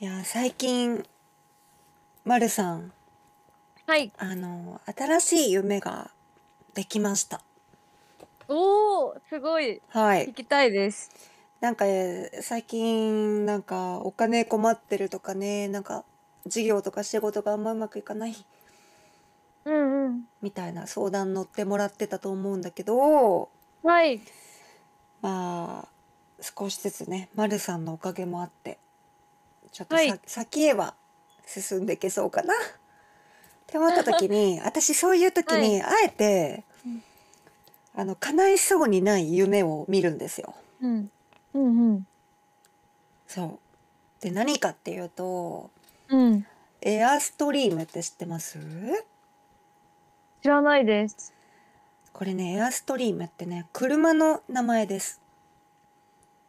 いや最近まるさんはい。あの新しい夢ができましたおお、すごい。は聞いきたいです。なんか、えー最近なんかお金困ってるとかねなんか事業とか仕事があんまうまくいかないうんうん。みたいな相談乗ってもらってたと思うんだけどはい。まあ少しずつねまるさんのおかげもあってちょっとはさい。先へは進んでいけそうかなって思った時に 私そういう時はい。にあえてうん。あの叶いそうにない夢を見るんですよ。うん。うんうん。そうで何かっていうとうん。エアストリームって知ってます知らないです。これねエアストリームってね車の名前です。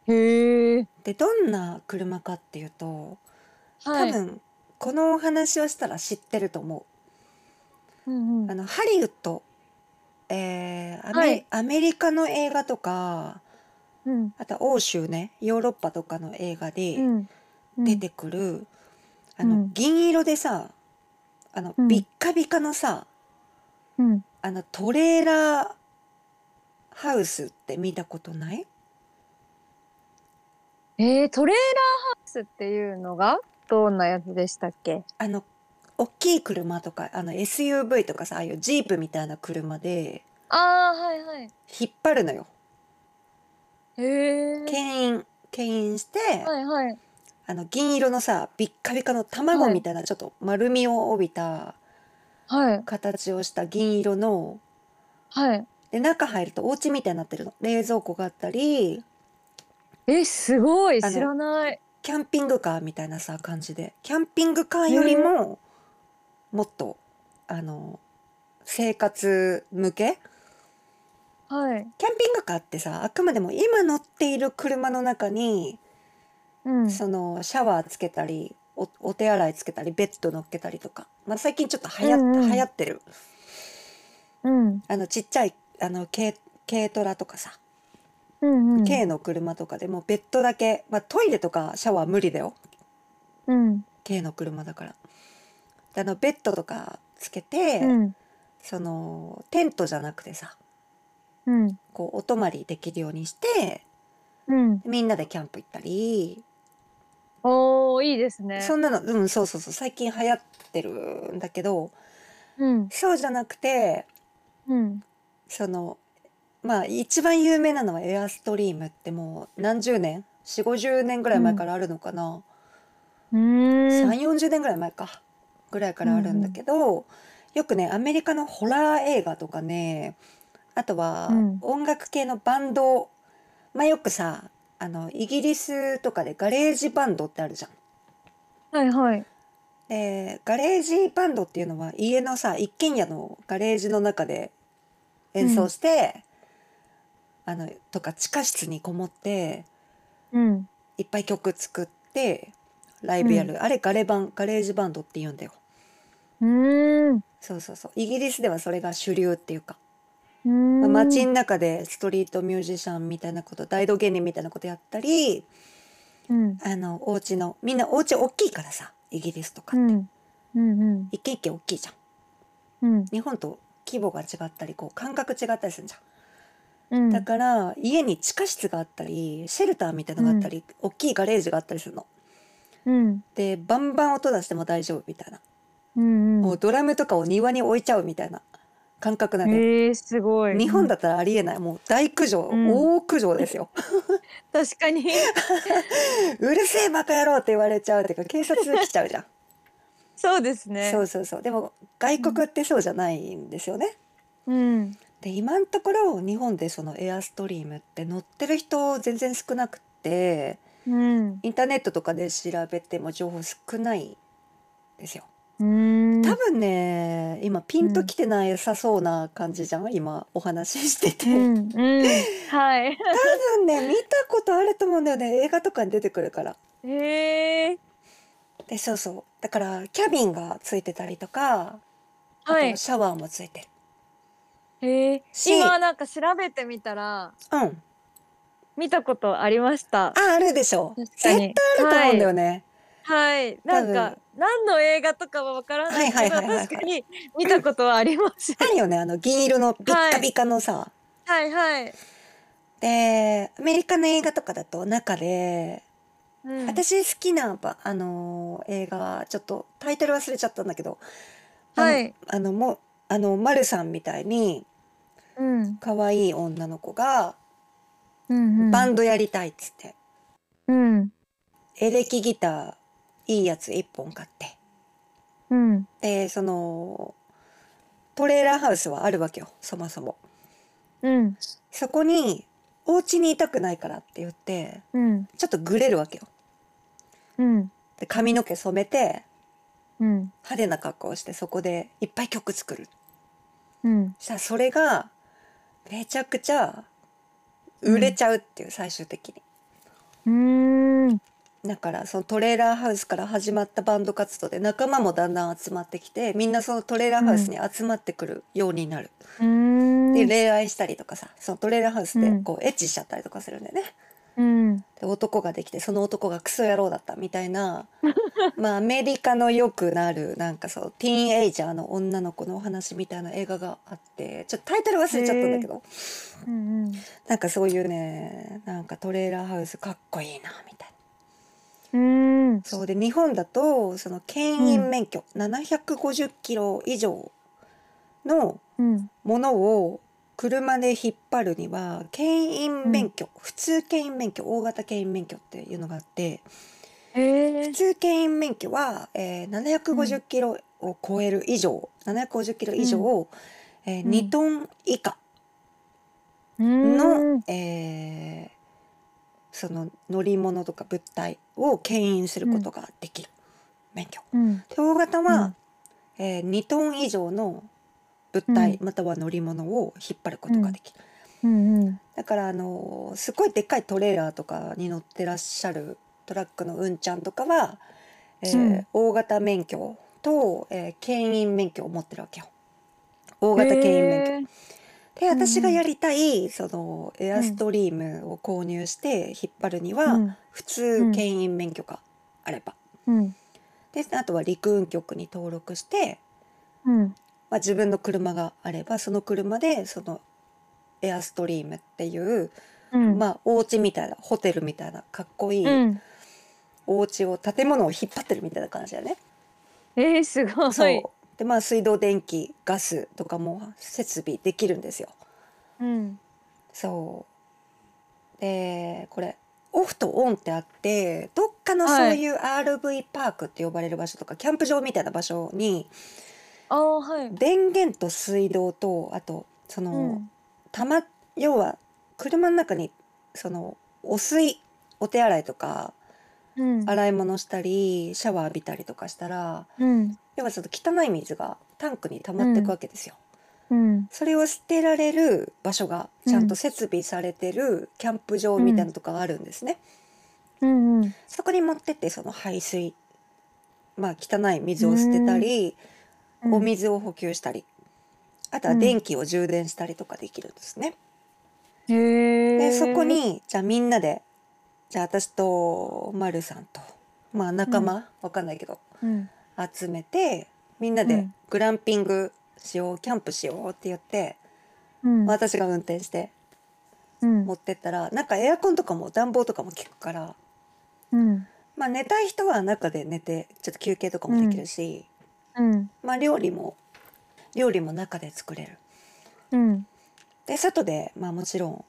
へえ。でどんな車かっていうと多はい。分このお話をしたら知ってると思うんうう。あん。のハリウッド、えーアはメ、い。アメリカの映画とかうん。あとは欧州ねヨーロッパとかの映画うでん。う出ん。てくるあうのん。銀色でさあのうビッん。カビカのさうん。あのトレーラーハウスって見たことないえー、トレーラーハウスっていうのがどんなやつでしたっけあの大きい車とかあの SUV とかさああいうジープみたいな車でああー、はいはい。引っ張るのよへえ。牽引牽引してはいはい。あの銀色のさビッカビカの卵はみい。たいなちょっと丸みを帯びたはい。形をした銀色のはい。で中入るとお家みたいになってるの冷蔵庫があったりえ、すごい。あ知のらない。キャンピングカーみたいなさ感じでキャンピングカーへよりえ。ももっとあの生活向けはい。キャンピングカーってさあくまでも今乗っている車の中にうん。そのシャワーつけたりお、お手洗いつけたりベッド乗っけたりとか、まあ、最近ちょっとう流行っんう流行ん。ってるうん。あのちっちゃいあの軽、軽トラとかさうんうん。軽の車とかでもうベッドだけ、まあ、トイレとかシャワー無理だようん。軽の車だから。であのベッドとかつけうてん。そのテントじゃなくてさうん。こうお泊まりできるようにしてうん。みんなでキャンプ行ったりおー、いいですそね。んなのうんそうそうそう最近流行ってるんだけどうん。そうじゃなくてうん。そのまあ一番有名なのはエアストリームってもう何十年4 5 0年ぐらうい前かん。らあるのかなうーん。 3 4 0年ぐらい前かぐらいかうらあるんだん。けどよくねアメリカのホラー映画とかねあとうはん。音楽系のバンドまあよくさあのイギリスとかでガレージバンドってあるじゃん。はいはい。でガレージバンドっていうのは家のさ一軒家のガレージの中でう演奏ん。してあのとか地下室にこもってうん。いっぱい曲作ってライうブやん。るあれガレバンガレージバンドって言うんだようーん。そうそうそうイギリスではそれが主流っていうか、うまあ、ー街ん。の中でストリートミュージシャンみたいなこと大道芸人みたいなことやったりうん。あのお家のみんなお家大きいからさイギリスとかうってん。うん。うん。一軒一軒大きいじゃんうん。日本と規模が違ったりこう感覚違ったりするじゃんうだん。から家に地下室があったりシェルターみたいのうがあったん。り大きいガレージがあったりするの。うん。でバンバン音出しても大丈夫みたいなう。もうんドラムとかを庭に置いちゃうみたいな感覚なんだよえー、すごい。日本だったらありえないもう大苦う情ん。大苦情ですよ確かに。うるせえバカ野郎って言われちゃうっていうか警察来ちゃうじゃんそうですそ ね。うそうそうでも外う国っん。てそうじゃないんですよねうん。で今のところ日本でそのエアストリームって乗ってる人全然少なくてうん。インターネットとかで調べても情報少ないですよう多ん。分ね今ピうンときん。てなさそうな感じじゃん今お話ししてうてん。うん。はい。多分ね見たことあると思うんだよね映画とかに出てくるからえー。でそうそうだからキャビンがついてたりとかあはとい。シャワーもついてるえー、し今なんか調べてみたら、うん見たことありました。ああるでしょ確絶か対に。あると思はうんだよい。ねはい、なんか何の映画とかはわからないはけいどはいはいはいはい確かに見たことはあり ます。あるよね、あの銀色のビッカビカのさ、はいはい。で、アメリカの映画とかだと中で、うん、私好きな、ばあのー映画は、ちょっとタイトル忘れちゃったんだけど、あのはい、あの、もう、あの、マルさんみたいに、うん可愛い女の子が、うんうん、バンドやりたいっつって、うんエレキギター、いいやつ一本買って、うんで、その、トレーラーハウスはあるわけよ、そもそも。うんそこに、お家にいたくないからって言って、うんちょっとグレるわけよ。うんで、髪の毛染めて、うん派手な格好をしてそこでいっぱい曲作る。うんさあそれがめちゃくちゃ売れちゃうっていう最終的に。うんうんだからそのトレーラーハウスから始まったバンド活動で仲間もだんだん集まってきてみんなそのトレーラーハウスに集まってくるようになる。うんで恋愛したりとかさそのトレーラーハウスでこうエッチしちゃったりとかするんだよね。うんで男ができてその男がクソ野郎だったみたいな まあアメリカのよくなるなんかそうティーンエイジャーの女の子のお話みたいな映画があってちょっとタイトル忘れちゃったんだけどうんなんかそういうねなんかトレーラーハウスかっこいいなみたいなうんそうで日本だとその牽引免許、750キロ以上のうんものを車で引っ張るには牽引免許、普通牽引免許大型牽引免許っていうのがあって。へえ普通牽引免許は、えー、750キロを超える以上、750キロ以上を、えーうん2トン以下うの、んえーその乗り物とか物体を牽引することができる免許。うんで大型は、えー2トン以上の物体、または乗り物を引っ張ることができる。うんうんだからあのーすごいでっかいトレーラーとかに乗ってらっしゃるトラックのうんちゃんとかは、えーうん大型免許と、えー、牽引免許を持ってるわけよ。大型牽引免許。許でうんうん私がやりたいそのエアストリームを購入して引っ張るには、普う通ん牽引免許があれば。うんであとは陸運局に登録して、うんまあ、自分の車があればその車でそのエアストリームっていううんまあお家みたいなホテルみたいなかっこいいうんお家を建物を引っ張ってるみたいな感じだよね。えー、すごいそうでまあ水道電気ガスとかも設備できるんですよ。うんそうでこれオフとオンってあってどっかのそういう RV パークって呼ばれる場所とか、キャンプ場みたいな場所にあーはい電源と水道とあとその、うんたま要は車の中にそのお水お手洗いとかうん洗い物したりシャワー浴びたりとかしたらうん要はその汚い水がタンクに溜まっていくわけですよ、うんそれを捨てられる場所がちゃんと設備されてるキャンプ場みたいなのとかがあるんですね、うんうんそこに持ってってその排水まあ汚い水を捨てたり、お水を補給したりあとは電気を充電したりとかできるんですね、へえでそこにじゃあみんなでじゃあ私とまるさんとまあ仲間、わかんないけどうん集めてみんなうでんグランピングしようキャンプしようって言って、うん私が運転してうん持ってったらなんかエアコンとかも暖房とかも効くから、うんまあ、寝たい人は中で寝てちょっと休憩とかもできるし、うんまあ、料理も料理も中で作れる。うんで外で、まあ、もちろん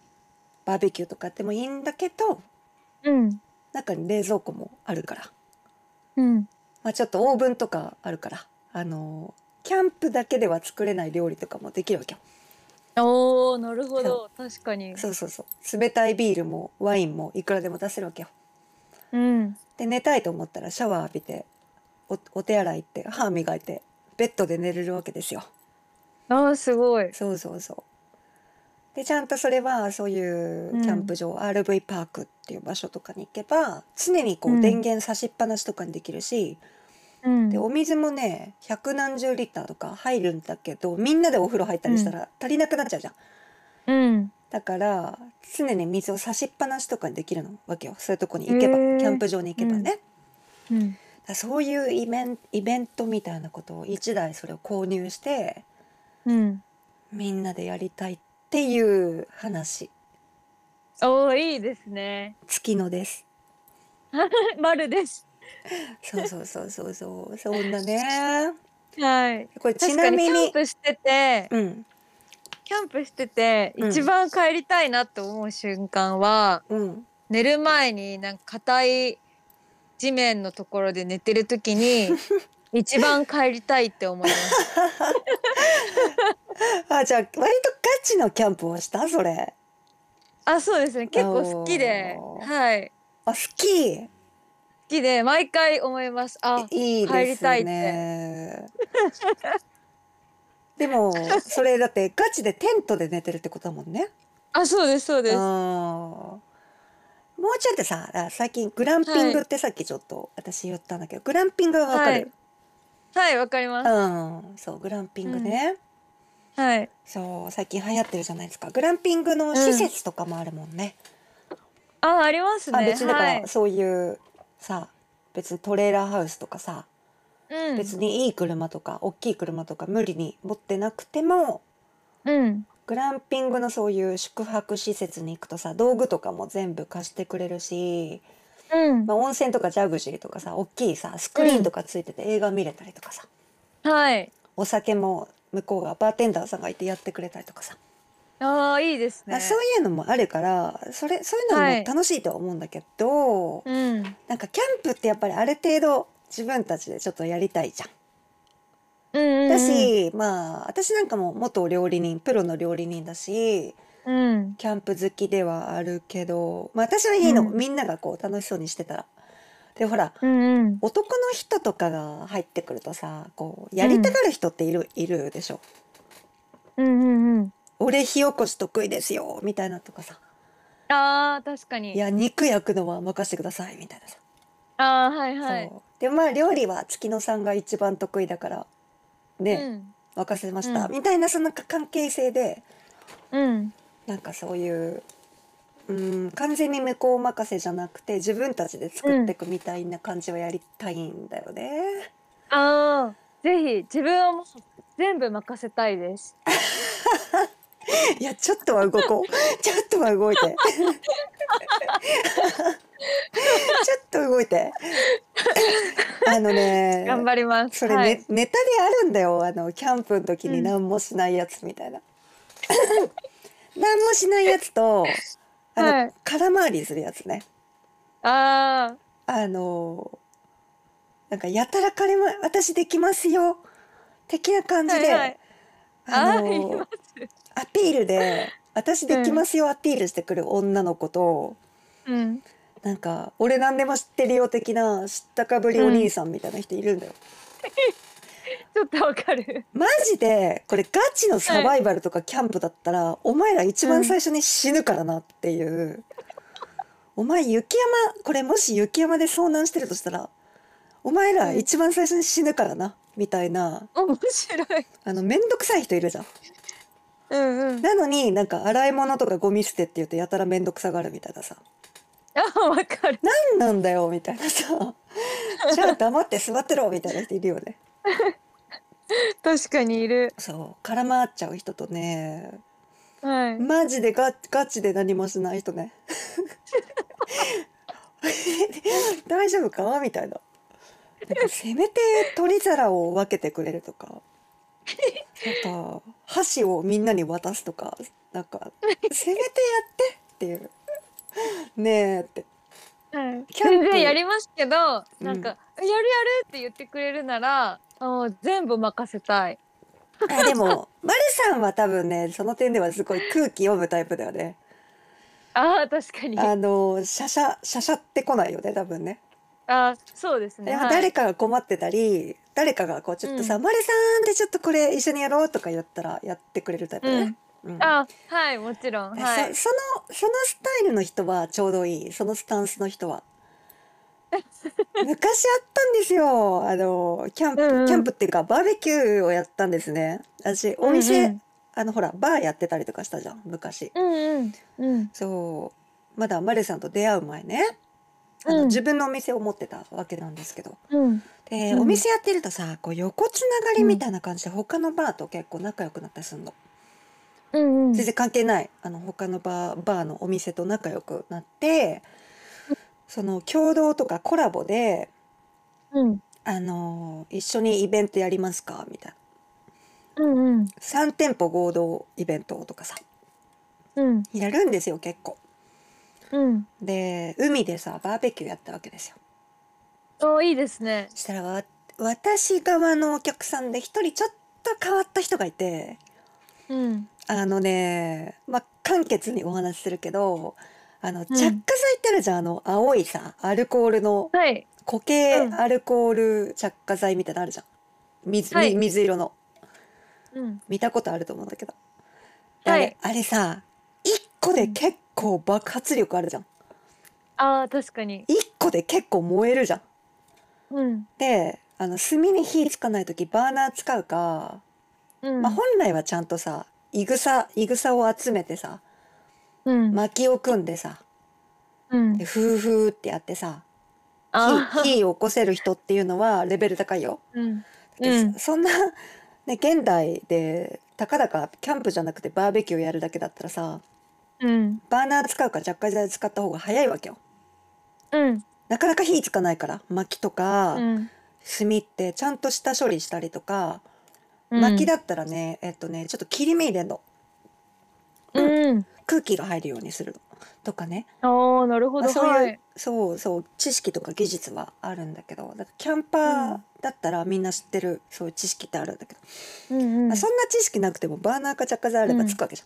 バーベキューとかやってもいいんだけどうん中に冷蔵庫もあるから、うんまあ、ちょっとオーブンとかあるからあのキャンプだけでは作れない料理とかもできるわけよ。おおなるほど確かにそうそうそう冷たいビールもワインもいくらでも出せるわけようんで寝たいと思ったらシャワー浴びておお手洗い行って歯磨いてベッドで寝れるわけですよあーすごいそうそうそうでちゃんとそれはそういううんキャンプ場、RV パークっていう場所とかに行けば常にこううん電源差しっぱなしとかにできるし、うんでお水もね百何十リッターとか入るんだけどみんなでお風呂入ったりしたら足りなくなっちゃうじゃん、うんだから常に水を差しっぱなしとかにできるのわけよそういうとこに行けば、へーキャンプ場に行けばね、うんらそういうイベンイベントみたいなことを1台それを購入してうん。みんなでやりたいっていう話おーいいですね。 月野です丸です。そうそうそうそうそうそんな ねはい。これち確なかにみキャにンプしてて、うんキャンプしてて、うん一番帰りたいなって思う瞬間は、うん寝る前になんか硬い地面のところで寝てる 時に一番帰りたいって思います。あじゃあ割とガチのキャンプをしたそれあ、そうですね。結構好きで、おーはい。あ好き好きで毎回思います。あ、いい入でりすたいってね。でもそれだってガチでテントで寝てるってことだもんね。あ、そうですそううでんす。もうちょっとさあ最近グランピングってさっきちょっと私言ったんだけど、グランピングがわかる、はい、わかります。うんそうグランピングね、はい。そう最近流行ってるじゃないですかグランピングの施設とかもあるもんね、あ、ありますあね。別にだかはいら。そういうさ別にトレーラーハウスとかさ、うん。別にいい車とか大きい車とか無理に持ってなくてもうん。グランピングのそういう宿泊施設に行くとさ道具とかも全部貸してくれるし、うん。まあ、温泉とかジャグジーとかさ大きいさスクリーンとかついてて映画見れたりとかさ、はい。お酒も向こうがバーテンダーさんがいてやってくれたりとかさ、ああ、いいですまあね。そういうのもあるからそれそういうのはもい楽しいとは思うんだけど、うん。なんかキャンプってやっぱりある程度自分たちでちょっとやりたいじゃん。うん。だ、し、まあ私なんかも元料理人プロの料理人だしうん。キャンプ好きではあるけど、まあ、私はいいの、うんみんながこう楽しそうにしてたら。でほらうんうん。男の人とかが入ってくるとさこうやりたがる人っている,、いるでしょ。うんうんうん。俺火起こし得意ですよみたいなとかさああ、確かいに。や肉焼くのは任せてくださいみたいなさ、ああ、はいはい。そうでまあ料理は月野さんが一番得意だからうね、ん。任せました、うんみたいなそのなんか関係性でうん。なんかそういう、うん、完全に向こう任せじゃなくて自分たちで作っていくみたいな感じをやりたいんだよね。ああ、ぜひ自分をも全部任せたいです。いやちょっとは動こ うちょっとは動いてちょっと動いてあのね頑張ります。それね、はい、ネタであるんだよあのキャンプの時に何もしないやつみたいな。 何もしないやつとあの、はい空回りするやつね。ああのなんかやたら彼も私できますよ的な感あ、じはで、いはい。あああ、言いまのアピール で私できますよアピールしてくる女の子と、す。うん。なんか俺何でも知ってるよ的な知ったかぶりお兄さんみたいな人いるんだよ。ちょっとわかる。マジでこれガチのサバイバルとかキャンプだったら、お前ら一番最初に死ぬからなっていう、お前雪山これもし雪山で遭難してるとしたらお前ら一番最初に死ぬからなみたいな面白い。あの面倒くさい人いるじゃんうんうん。なのになんか洗い物とかゴミ捨てって言うとやたら面倒くさがるみたいなさ あ、わかる。何なんだよみたいなさじゃあ黙って座ってろみたいな人いるよね確かにいる。そう絡まっちゃう人とねはい。マジでガガチで何もしない人ね。 大丈夫かみたいな。なんかせめて取り皿を分けてくれるとか、なんか箸をみんなに渡すとか、なんかせめてやってっていう。ねえって。はい。キャン全プ然やりますけど、うんなんか、やるやるって言ってくれるなら、もう全部任せたい。あでも、マルさんは多分ね、その点ではすごい空気読むタイプだよね。ああ、確かに。ああの、シャシャ、シャシャってこないよね、多分ね。あ、そうですね。でもはい誰かが困ってたり誰かがこうちょっとさ「うマレさんってちょっとこれ一緒にやろう」とか言ったらやってくれるタイプだね。うんあ、はい、もちろん。はい。そそのそのスタイルの人はちょうどいいそのスタンスの人 は。昔あったんですよあのキャンプ、うんうんキャンプっていうかバーベキューをやったんですね私お店、あのほらバーやってたりとかしたじゃん昔うんうん。うんうん。そうまだマレさんと出会う前ねあのうん自分のお店を持ってたわけなんですけどうんで、うんお店やってるとさこう横つながりみたいな感じで他のバーと結構仲良くなったりするの、うんうん全然関係ないあの他のバーバーのお店と仲良くなってその共同とかコラボでうんあの一緒にイベントやりますかみたいなうんうん3店舗合同イベントとかさうんやるんですよ結構うんで海でさバーベキューやったわけですよおいいですねそしたらわ私側のお客さんで一人ちょっと変わった人がいてうんあのねまあ簡潔にお話しするけどあの着火剤ってあるじゃん、あの青いさアルコールのはい固形うんアルコール着火剤みたいなのあるじゃん水,み、はい水色のうん見たことあると思うんだけど、はあいれあれさ1個で結構爆発力あるじゃんあー確か1に個で結構燃えるじゃんうんであの炭に火つかない時バーナー使うか、うんまあ、本来はちゃんとさいぐさいぐさを集めてさうん薪を組んでさうんでフーフーってやってさあー火火を起こせる人っていうのはレベル高いよ。うんでうんそそんな、ね、現代でたかだかキャンプじゃなくてバーベキューやるだけだったらさうんバーナー使うか着火剤使った方が早いわけよ。うんなかなか火つかないから薪とか、うん炭ってちゃんと下処理したりとか、うん薪だったらねえっとねちょっと切り目入れんのうん空気が入るようにするのとかね、ああなるほまあどそういう、はいそうそう知識とか技術はあるんだけどだからキャンパうーんだったらみんな知ってるそういう知識ってあるんだけど、うんうまんあ、そんな知識なくてもバーナーか着火剤あればつくわけじ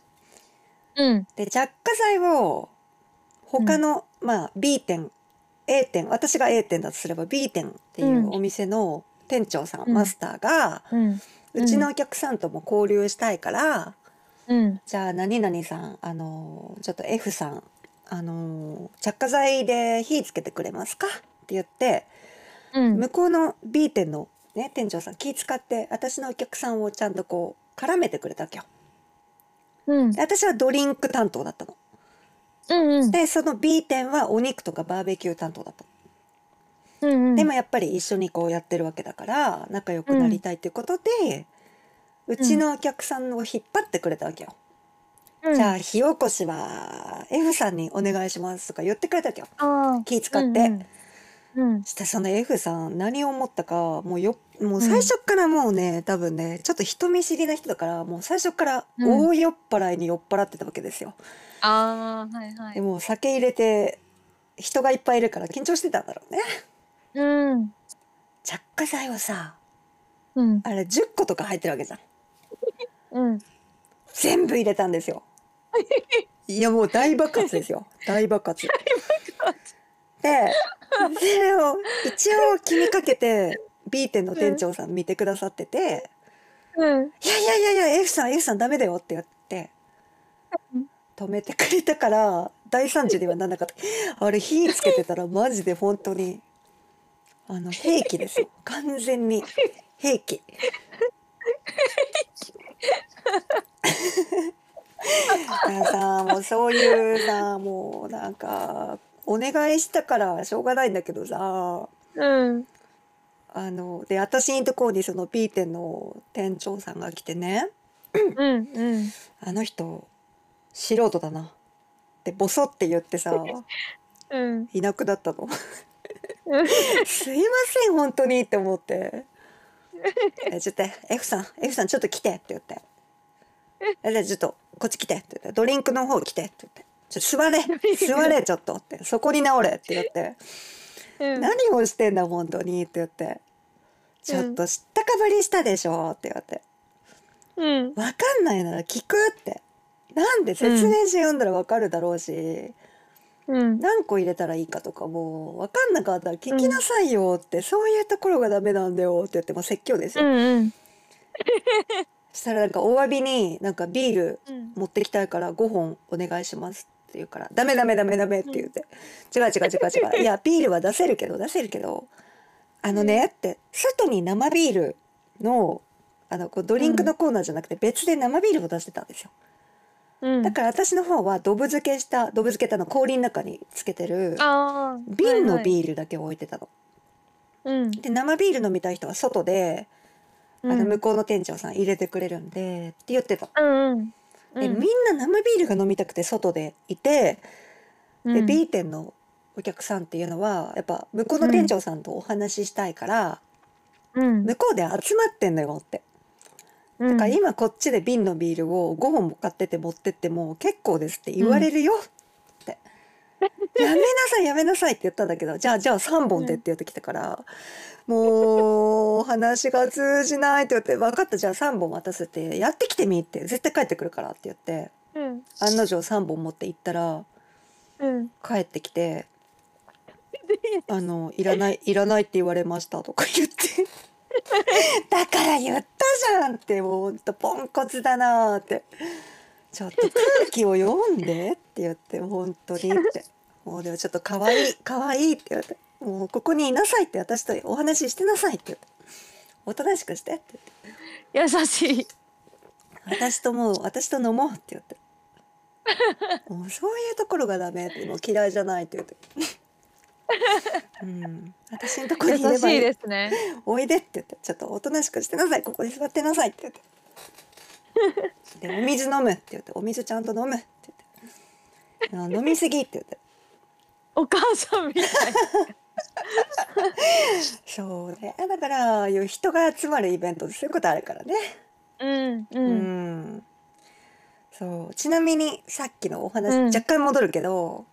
ゃん。うんで着火剤を他の、まあ B 店 A 店私が A 店だとすれば B 店っていううんお店の店長さん、うんマスターが、うんううんちのお客さんとも交流したいから、うんじゃあ何々さんあのーちょっと F さんあのー着火剤で火つけてくれますかって言って、うん向こうの B 店の、ね、店長さん気使って私のお客さんをちゃんとこう絡めてくれたわけよ。うんで私はドリンク担当だったの。うんうんでその B 店はお肉とかバーベキュー担当だったの、うんうんでもやっぱり一緒にこうやってるわけだから仲良くなりたいっていうことで、うちのお客さんを引っ張ってくれたわけよ、うんじゃあ火起こしは F さんにお願いしますとか言ってくれたわけよあー気使って、うんうんしたらその F さん何を思ったかもうよもう最初っからもうね、多分ねちょっと人見知りな人だからもう最初から大酔っ払いに酔っ払ってたわけですよ、ああはいはでいもう酒入れて人がいっぱいいるから緊張してたんだろうねうん着火剤をさうんあれ10個とか入ってるわけじゃんうん全部入れたんですよ いやもう大爆発ですよ大爆発でそれを一応気にかけて B 店の店長さん見てくださっててうん「いやいやいやいや F さん F さんダメだよ」って言ってうん止めてくれたから大惨事にはならなかったあれ火つけてたらマジで本当にあの兵器ですよ完全に兵器。だからさもうそういうさもうなんかお願いしたからしょうがないんだけどさうんあので私のところにその B 店の店長さんが来てねうんうん「あの人素人だな」ってボソって言って さうんいなくなったのうん。すいません本当にって思って「えちょっと F さん F さんちょっと来て」って言って「えじゃあちょっとこっち来て」って言って「ドリンクの方来て」って言って「ちょっと座れ座れちょっと」って「そこに直れ」って言って「うん何をしてんだ本当に」って言って「ちょっと知ったかぶりしたでしょ」って言ってうん「わかんないなら聞く」って。なんで説明書読んだらわかるだろうし、うん何個入れたらいいかとかもう分かんなかったら聞きなさいよって、そういうところがダメなんだよって言ってもう説教ですうよ、んしたらなんかお詫びになんかビールうん持ってきたいから5本お願いしますって言うからダメダメダメダメって言って、違う違う違 う違ういやビールは出せるけど出せるけどあのねって外に生ビールのあのこうドリンクのコーナーじゃなくて別で生ビールを出してたんですよ。うんだから私の方はドブ漬けしたドブ漬けたの氷の中につけてるあー瓶はのいはいビールだけ置いてたの。うんで生ビール飲みたい人は外で、あうのん向こうの店長さん入れてくれるんでって言ってた。うんうんでみんな生ビールが飲みたくて外でいて、うでん B 店のお客さんっていうのはやっぱ向こうの店長さんとお話ししたいから、うん向こうで集まってんのよって。うんだから今こっちで瓶のビールを5本も買ってて持ってっても結構ですって言われるよって、やめなさいやめなさいって言ったんだけどじゃあじゃあ3本でって言ってきたから、もう話が通じないって言って分かったじゃあ3本渡せてやってきてみって絶対帰ってくるからって言ってうん案の定3本持って行ったらうん帰ってきて「あのいらないいらないって言われました」とか言って「だから言ったじゃん!」ってもうほんとポンコツだなーって「ちょっと空気を読んで」って言って「本当に」って「もうでもちょっと可愛い可愛いって言って「もうここにいなさい」って私とお話ししてなさいって言って「おとなしくして」って言って優しい私ともう私と飲もうって言って。もうそういうところがダメってもう嫌いじゃないって言って、うん、私のところ優にいれしいばいいですねおいでって言ってちょっとおとなしくしてなさいここに座ってなさいって言ってでお水飲むって言ってお水ちゃんと飲むって言ってあ飲みすぎって言ってお母さんみたいそうねだからああいう人が集まるイベントでそういうことあるからねうんううんんそうちなみにさっきのお話、うん若干戻るけど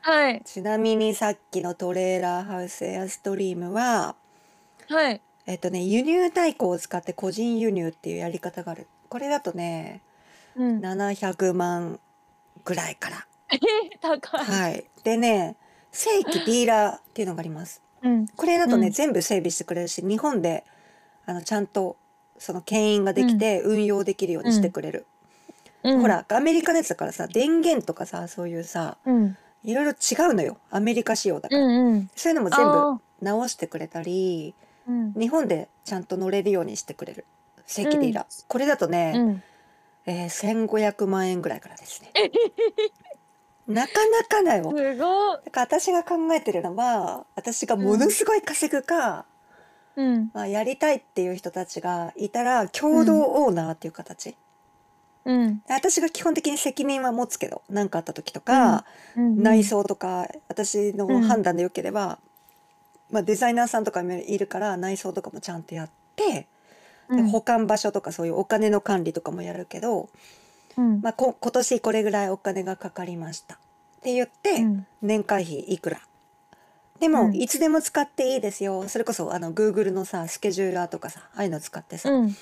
はいちなみにさっきのトレーラーハウスエアストリームははいえっとね輸入代行を使って個人輸入っていうやり方があるこれだとねうん700万ぐらいから。高いはい。でね、正規ディーラーっていうのがあります。うんこれだとね、うん全部整備してくれるし、日本で、あの、ちゃんと、その、牽引ができて、運用できるようにしてくれる。うんほら、アメリカのやつだからさ、電源とかさ、そういうさ、うんいろいろ違うのよ。アメリカ仕様だかうら。んうんそういうのも全部直してくれたり、部うん日本でちゃんと乗れるようにしてくれる。正規ディーラー。これだとね、うんえー、1500万円ぐらいからですね。なかなかだよ。すごいだから私が考えてるのは私がものすごい稼ぐか、うんまあ、やりたいっていう人たちがいたら共同オーナーっていう形、うんで私が基本的に責任は持つけど何かあった時とか、うん内装とか私うのん判断でよければ、まあ、デザイナーさんとかもいるから内装とかもちゃんとやって、うでん保管場所とかそういうお金の管理とかもやるけど、うんまあ、こ今年これぐらいお金がかかりましたって言って、うん年会費いくらでも、うんいつでも使っていいですよそれこそあの Google のさスケジューラーとかさああいうの使ってさ、うん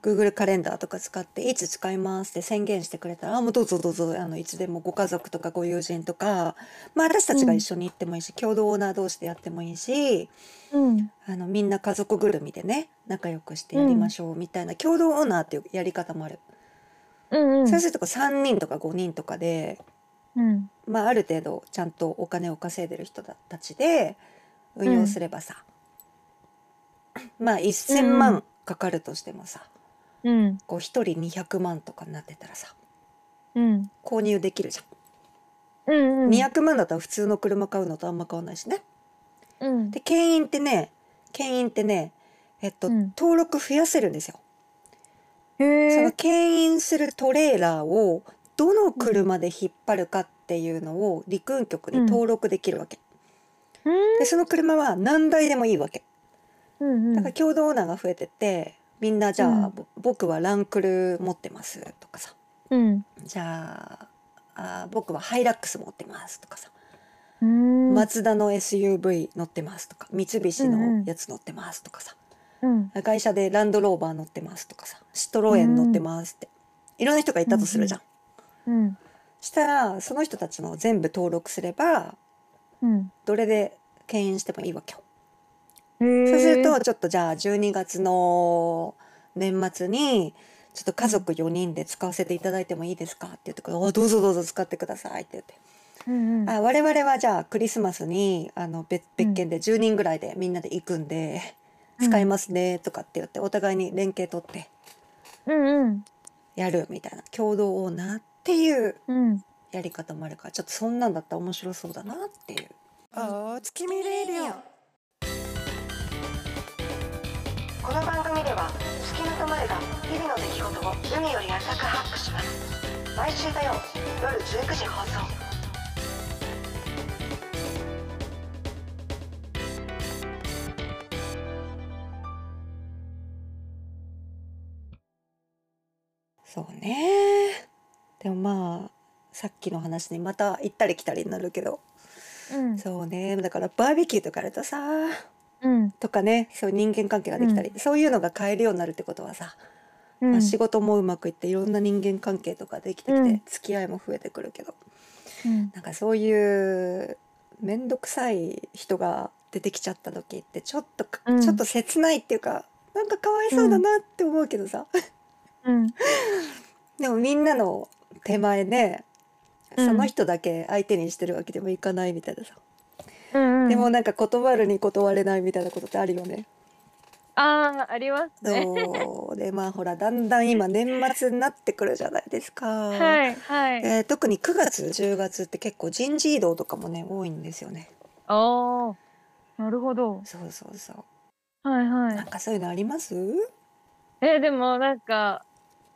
Google カレンダーとか使っていつ使いますって宣言してくれたらあもうどうぞどうぞあのいつでもご家族とかご友人とか、まあ、私たちが一緒に行ってもいいし、共同オーナー同士でやってもいいしうんあのみんな家族ぐるみでね仲良くしてやりましょうみたいな、共同オーナーっていうやり方もある、うんうんそうするとこう3人とか5人とかでうんまあ、ある程度ちゃんとお金を稼いでる人だたちで運用すればさ、まあ1,000うん万かかるとしてもさ、うんこう1人200万とかになってたらさうん購入できるじうんゃ、うんん200万だったら普通の車買うのとあんま変わんないしね。うんで牽引ってね牽引ってねえっと、うん登録増やせるんですよ。へそのえ牽引するトレーラーをどの車で引っ張るかっていうのを陸運局に登録できるわけ。うんでその車は何台でもいいわけ。うんうだんから共同オーナーが増えてってみんなじゃあ、うんぼ僕はランクル持ってますとかさうんじゃああー僕はハイラックス持ってますとかさ、うんマツダの SUV 乗ってますとか三菱うんうのんやつ乗ってますとかさ、うん会社でランドローバー乗ってますとかさシトロエン乗ってますって、いろんな人がいたとするじゃん。うんしたらその人たちの全部登録すればうんどれで牽引してもいいわけよ。へえそうするとちょっとじゃあ12月の年末にちょっと家族4人で使わせていただいてもいいですかって言ってくるあどうぞどうぞ使ってくださいって言って、うんうんあ我々はじゃあクリスマスにあの別別件で10人ぐらいでみんなで行くんで、うん使いますねとかって言ってお互いに連携取ってうんうんやるみたいな共同オーナーってっていううん。やり方もあるからちょっとそんなんだったら面白そうだなっていう。お月見レディオこの番組では月の生まれが日々の出来事を趣味より浅くハックします毎週火曜夜19時放送そうねでもまあさっきの話にまた行ったり来たりになるけどうん。そうねだからバーベキューとかやるとさうん。とかねそう人間関係ができたり、そういうのが変えるようになるってことはさ、うんまあ、仕事もうまくいっていろんな人間関係とかできてきて、うん付き合いも増えてくるけどうんなんかそういう面倒くさい人が出てきちゃった時ってちょっとか、うんちょっと切ないっていうかなんかかわいそうだなって思うけどさ、うん。でもみんなの手前で、うんその人だけ相手にしてるわけでもいかないみたいなさ、うん。うんでも、なんか断るに断れないみたいなことってあるよね。ああ、あります ね。そうでまあほらだんだん今年末になってくるじゃないですか。はい。はい。えー特に9月10月って結構人事異動とかもね多いんですよね。ああ。なるほど。そうそうそう。はいはいなん。かそういうのあります？えーでもなんか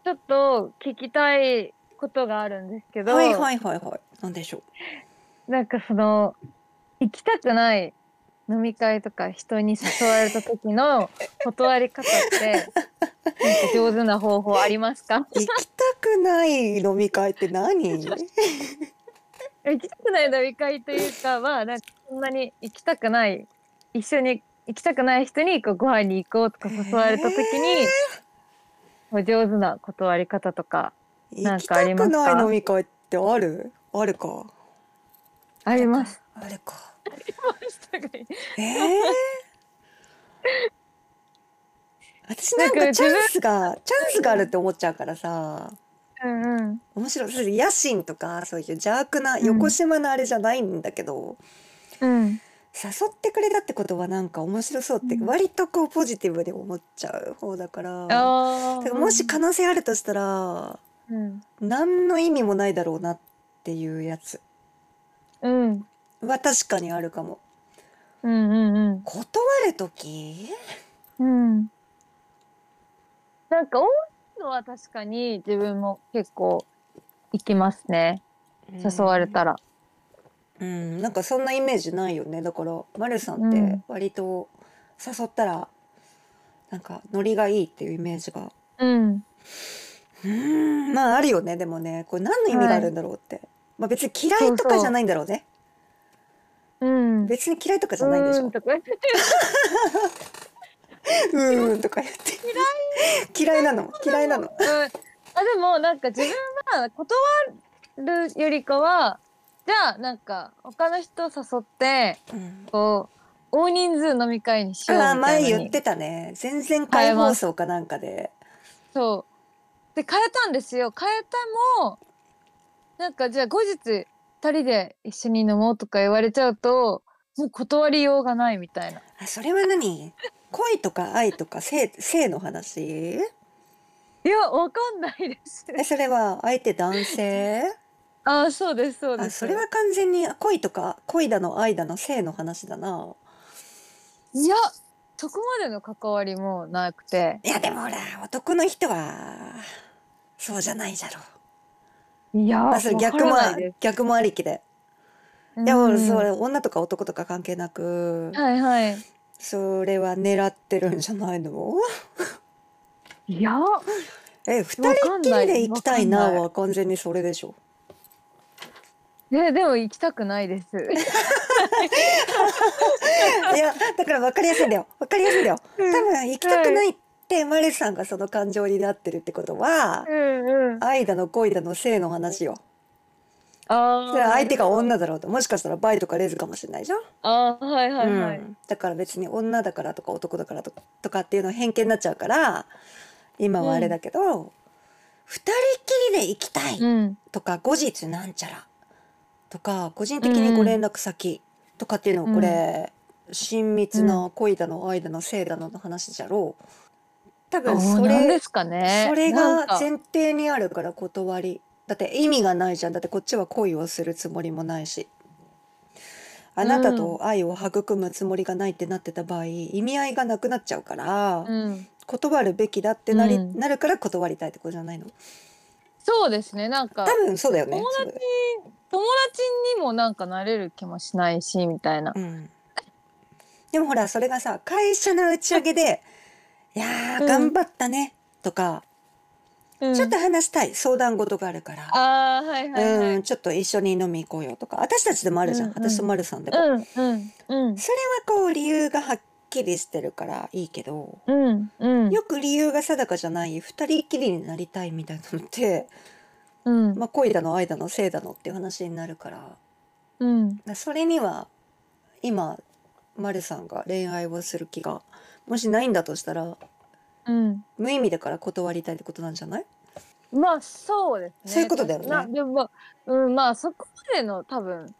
ちょっと聞きたいことがあるんですけど、はいはいはいはい。なんでしょう。なんかその行きたくない飲み会とか人に誘われた時 の断り方ってなんか上手な方法ありますか行きたくない飲み会って 何？行きたくない飲み会というかはなんかそんなに行きたくない一緒に行きたくない人にこうご飯に行こうとか誘われた時に、えお上手な断り方とかな行んきかあたりますくかない飲み会ってある？あるか。あり ます。あるか。うええ。私なんなかんかチャンスがチャンスがあるって思っちゃうからさ。んうん。面白いそれ野心とかそういう邪悪な横島なあれじゃないんだけど、うん。誘ってくれたってことはなんか面白そうってうん割とこうポジティブに思っちゃう方だから,、ああ。もし可能性あるとしたらうん。何の意味もないだろうなっていうやつうん。は確かにあるかもうんうん断る時うん。うん。なんか多いのは確かに自分も結構行きますね。誘われたら。うんなんかそんなイメージないよねだからまるさんっうてん割と誘ったらなんかノリがいいっていうイメージがうん。うーんまああるよねでもねこれ何の意味があるんだろうって、まあ別に嫌いとかじゃないんだろうねうん。別に嫌いとかじゃないでしうーょんと かうーんとか言って嫌いなの嫌いなのうん。あでもなんか自分は断るよりかはじゃあなんか他の人誘ってうんこう大人数飲み会にしようあみたあいな前のに言ってたね前々回放送かなんかでそう。で変えたんですよ。変えたもなんかじゃあ後日二人で一緒に飲もうとか言われちゃうともう断りようがないみたいな。あそれは何恋とか愛とか性性の話いやわかんないです。えそれは相手男性 あそうですそうであす。それは完全に恋とか恋だの愛だの性の話だないやそこまでの関わりもなくていやでもほら男の人はそうじゃないじゃろういやまあ、それ逆もわからないです。逆もありきで。うんいや、俺それ女とか男とか関係なく、はいはい。それは狙ってるんじゃないの？いやえ、二人っきりで行きたいわかなんないは完全にそれでしょ。ねでも行きたくないです。いや、だから分かりやすいんだよ。分かりやすいんだよ。多分行きたくないってマレさんがその感情になってるってことは、 うんうん。愛だの恋だの性の話よ。あそれはあ相手が女だろうと、もしかしたらバイとかレズかもしれないじゃん。あーはいはいはうい。ん、だから別に女だからとか男だからとかとかっていうのは偏見になっちゃうから今はあれだけど、二人っきりで行きたいうんとか、後日なんちゃらとか個人的にご連絡先とかっていうのをこれ、親密な恋だの愛だの性だのの話じゃろう多あ分ーそなんれですかね。それながんか前提にあるから断りだって意味がないじゃんだってこっちは恋をするつもりもないしあなたと愛を育むつもりがないってなってた場合意味合いがなくなっちゃうから、うん、断るべきだってなり、うんなるから断りたいってことじゃないのそうですねなんか多分そうだよね友そうだ達よ友達にもなんかなれる気もしないしみたいな、うん、でもほらそれがさ会社の打ち上げ で「いやうーん頑張ったね」とか、うんちょっと話したい相談事があるから。あーはいはいはい、ううん、んちょっと一緒に飲み行こうよとか私たちでもあるじゃん、うんうん私と丸さんでも、うんうんそれはこう理由がはっきりしてるからいいけど、うんうんよく理由が定かじゃない二人きりになりたいみたいなのって、うんまあ、恋だの愛だの性だのっていう話になるからだかうんらそれには今丸さんが恋愛をする気がもしないんだとしたらうん無意味だから断りたいってことなんじゃないまあそうですねそういうことだよねなでもまあ、うん、まあそこまでの多分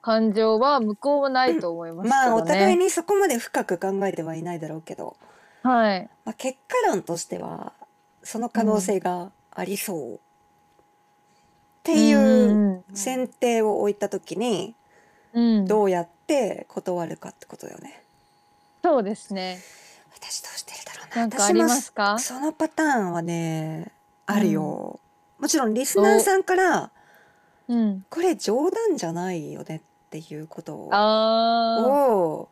感情は向こうはないと思いますけど、ねまあお互いにそこまで深く考えてはいないだろうけど。はいまあ、結果論としてはその可能性がありそう、っていんううんん選定を置いた時にうん、どうやって断るかってことだよね。そうですね私どうしてるだろうな。なんかありますか私もそのパターンはねあるよ、もちろんリスナーさんからうんこれ冗談じゃないよねっていうことああ、を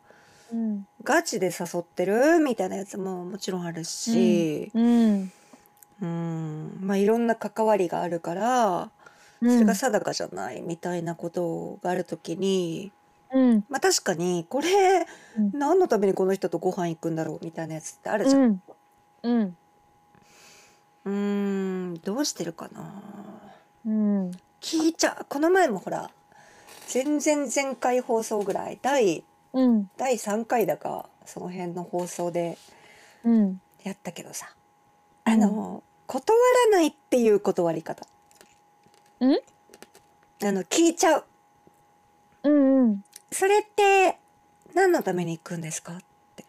うん、ガチで誘ってるみたいなやつももちろんあるし、うん、うん、まあいろんな関わりがあるからそそれが定かじゃないみたいなことがあるときに、うん、まあ確かにこれうん何のためにこの人とご飯行くんだろうみたいなやつってあるじゃう、ん。うんうん、ーん、んどうしてるかな。うん、聞いちゃうこの前もほら全然前回放送ぐらい第うん、第3回だかその辺の放送でうん、やったけどさあの、断らないっていう断り方。んあの聞いちゃううん、うん。それって何のために行くんですかって。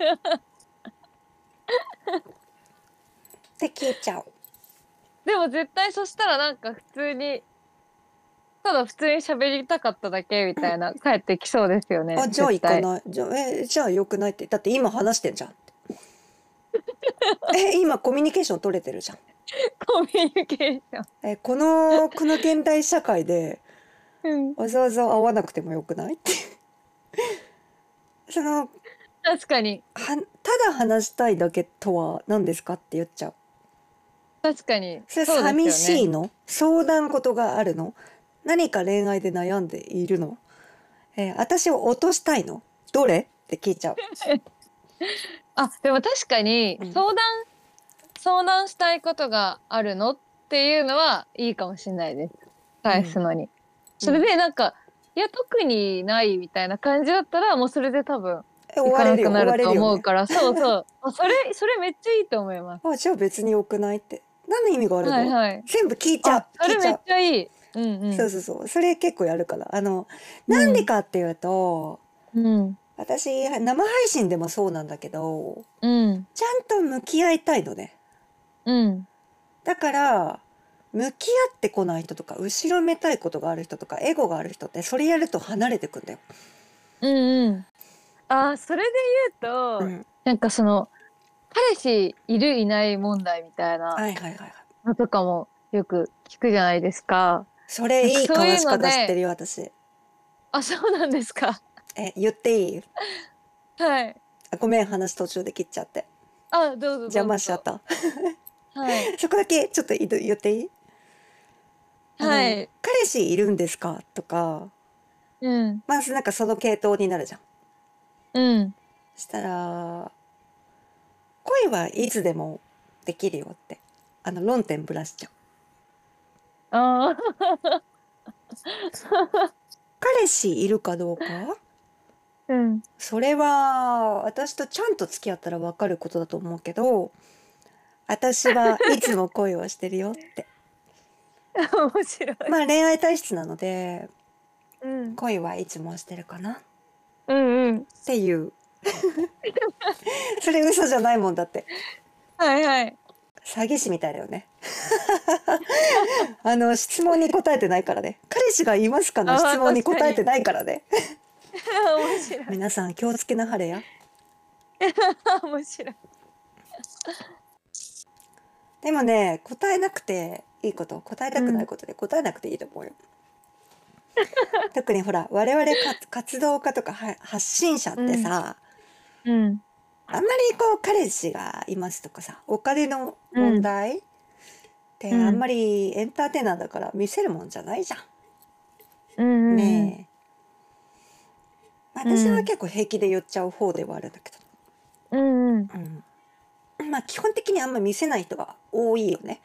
って聞いちゃう。でも絶対そしたらなんか普通に。ただ普通に喋りたかっただけみたいな、帰ってきそうですよね。あじゃあ行絶か対ない。じゃあえじゃあよくないってだって今話してんじゃん。え今コミュニケーション取れてるじゃん。コミュニケーション。えこのこの現代社会でうん、わざわざ会わなくてもよくないって。そのは確かに、ただ話したいだけとは何ですかって言っちゃう。確かに。それうですよね寂しい。の、相談事があるの何か恋愛で悩んでいるの、えー私を落としたいのどれって聞いちゃう。あ、でも確かにうん相談、相談したいことがあるのっていうのはいいかもしれないです。返すのに。それでなんか、いや特にないみたいな感じだったらもうそれで多分え終行わかれなるよくな終わるれとる思よ、うね。 からそうそうあそれそれめっちゃいいと思いますあじゃあ別に良くないって何の意味があるの、はいはい全部聞いちゃあうそ聞れいちめゃっう。ちゃいいうんうんそうそうそうそれ結構やるからあのなんでかっていうと、うん私生配信でもそうなんだけどうんちゃんと向き合いたいのね。うんだから向き合ってこない人とか後ろめたいことがある人とかエゴがある人ってそれやると離れてくんだよ。うんうんあそれで言うと、うんなんかその彼氏いるいない問題みたいなはいはいはいはい。のとかもよく聞くじゃないですかそれいいそういう話しので方知ってるよ私。あそうなんですかえ言っていい？はいあごめん話途中で切っちゃってあどうぞどうぞ邪魔しちゃった。 はいそこだけちょっと言言っていい？あのはい彼氏いるんですかとかうんまずなんかその系統になるじゃん。うんしたら恋はいつでもできるよってあの論点ぶらしちゃう。あ彼氏いるかどうか？ー うんそれは私とちゃんと付き合ったら分かることだと思うけど私はいつも恋をしてるよって面白いまあ恋愛体質なのでうん恋はいつもしてるかなっうんうんていうそれ嘘じゃないもんだってはいはい詐欺師みたいだよねあの質問に答えてないからね彼氏がいますかのあー質問に答えてないからね 面白い皆さん気をつけなはれや面白いでもね答えなくていいこと答えたくないことで答えなくていいと思うよ、 特にほら我々か活動家とかは発信者ってさ、うんあんまりこう彼氏がいますとかさお金の問題ってうんあんまりエンターテイナーだから見せるもんじゃないじゃん。うんねえ、うん私は結構平気で言っちゃう方ではあるんだけうんうんど、うんまあ基本的にあんま見せない人が多いよね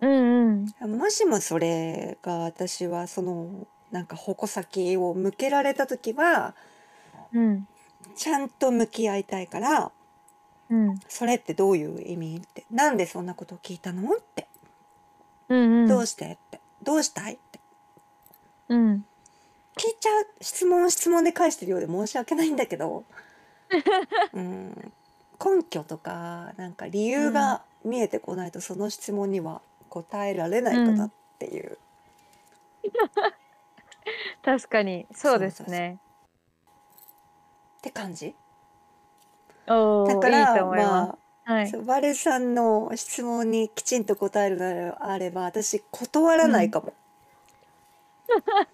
うんうんもしもそれが私はそのなんか矛先を向けられた時はうんちゃんと向き合いたいからうんそれってどういう意味ってなんでそんなことを聞いたのってうんどうしてってどうしたいってうん聞いちゃう質問を質問で返してるようで申し訳ないんだけ ど、うん、根拠とかなんか理由が見えてこないとその質問には答えられないかなっていう、確かにそうですねって感じおだおかいいらと思いまますはあいそうバルさんの質問にきちんと答えるのであれば私断らないかも。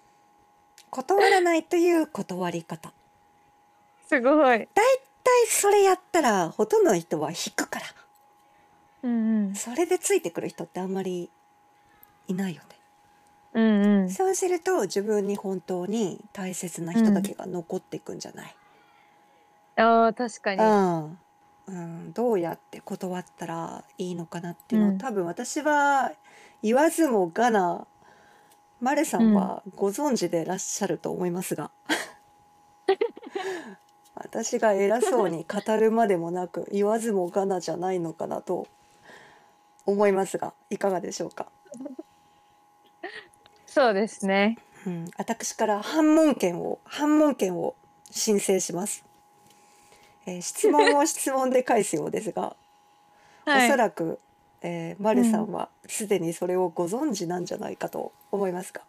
断らないという断り方。すごい大体それやったらほとんどの人は引くから。うんうんそれでついてくる人ってあんまりいないようんうんねそうすると自分に本当に大切な人だけが残っていくんじゃない、ああ確かうにんうんどうやって断ったらいいのかなっていうのを、うん多分私は言わずもがなマレさんはご存知でいらっしゃると思いますが、 私が偉そうに語るまでもなく言わずもがなじゃないのかなと思いますがいかがでしょうかそうですねうん、私から反問権を反問権を申請します、えー質問を質問で返すようですが、はおそいらく、えー、マルさんはすでにそれをご存知なんじゃないかと思いますが、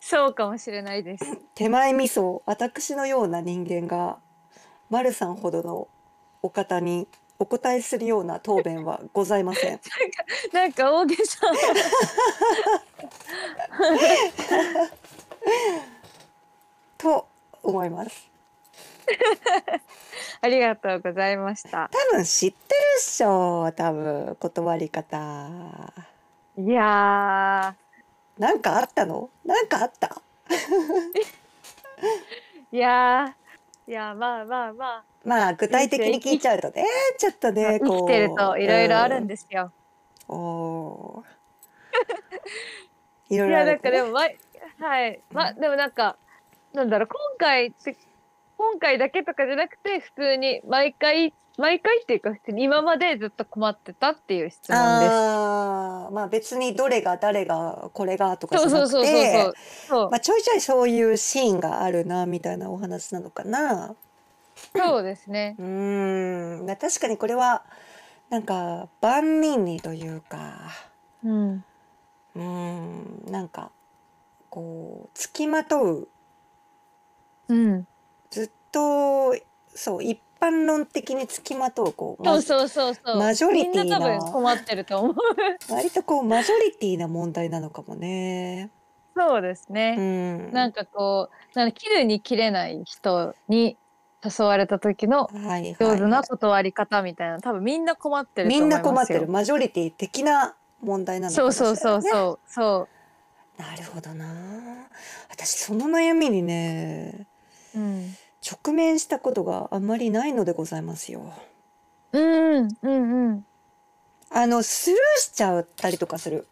そうかもしれないです 手前味噌私のような人間がマルさんほどのお方にお答えするような答弁はございませ んなんか大げさと思いますありがとうございました多分知ってるっしょ多分断り方いやなんかあったのなんかあったーいやーいやーまあまあまあまあ具体的に聞いちゃうとねちょっとね 生こうきてるといろいろあるんですよ。うんおーいろ いいろあやるなんかでもまはいまでもなんかなんだろう今回って今回だけとかじゃなくて普通に毎回毎回っていうか普通に今までずっと困ってたっていう質問です。あーまあ別にどれが誰がこれがとかじそゃうそなくうそうそうそうてそうまあちょいちょいそういうシーンがあるなみたいなお話なのかなそうですね。うーんまあ確かにこれはなんか万人にというかうんうーんなんかこう付きまとううんずっとそう一般論的につきまとうこう、まそうそうそうそう。マジョリティなみんな多分困ってると思う。割とこうマジョリティな問題なのかもね。そうですね。うん、なんかこうなんか切るに切れない人に誘われた時のはいは上い手な断り方みたいな多分みんな困ってるとみん思いますなよ困ってるマジョリティ的な問題なのかそもうしれそなういそうねそうそなるほどな。私その悩みにねううん直面したことがあんまりないのでございますよ。うんうんうんあのスルーしちゃったりとかする。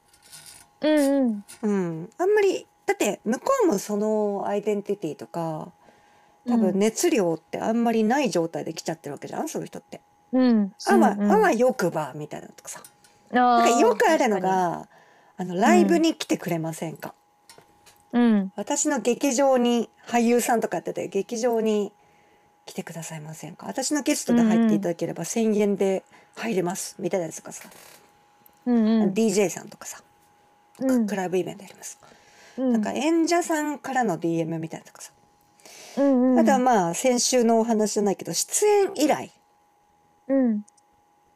うんうんうん、あんまりだって向こうもそのアイデンティティとか多分熱量ってあんまりない状態で来ちゃってるわけじゃんそういう人って。うんあわ、うんうんあわよくばみたいなのとかさあなーんかよくあるのがあのライブに来てくれませんか、確かにうん私の劇場に俳優さんとかやってて劇場に来てくださいませんか私のゲストで入っていただければ1,000円で入れますみたいなやつとかさ、うんうん DJ さんとかさ、うんクラブイベントやります、うんなんか演者さんからの DM みたいなとかさ、うんうんあとはまあ先週のお話じゃないけど出演以来うん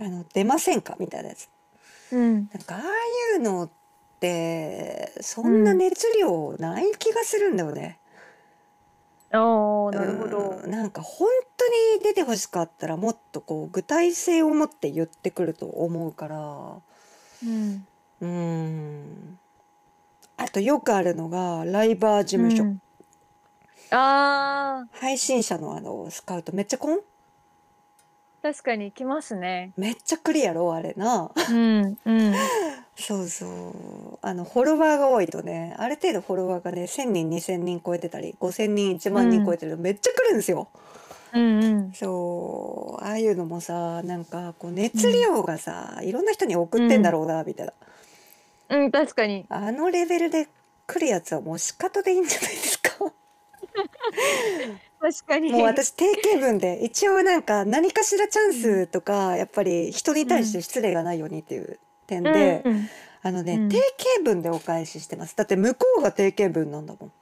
あの出ませんかみたいなやつうんなんかああいうのってそんな熱量ない気がするんだよね。おーなるほどうんなんか本当に出てほしかったらもっとこう具体性を持って言ってくると思うからうんうんあとよくあるのがライバー事務所、うんあ配信者のあのスカウトめっちゃこんー確かに来ますねめっちゃクリやろあれ なうんうんそうそうあのフォロワーが多いとねある程度フォロワーがね1,000人2,000人超えてたり5,000人1万人超えてるとめっちゃ来るんですよ。うんうんそうああいうのもさなんかこう熱量がさ、いろんな人に送ってんだろうな、みたいなうん確かにあのレベルで来るやつはもう仕方でいいんじゃないです か確かにもう私定型文で一応なんか何かしらチャンスとかやっぱり人に対して失礼がないようにっていう点で、うんうんあのね、うん定型文でお返ししてますだって向こうが定型文なんだもん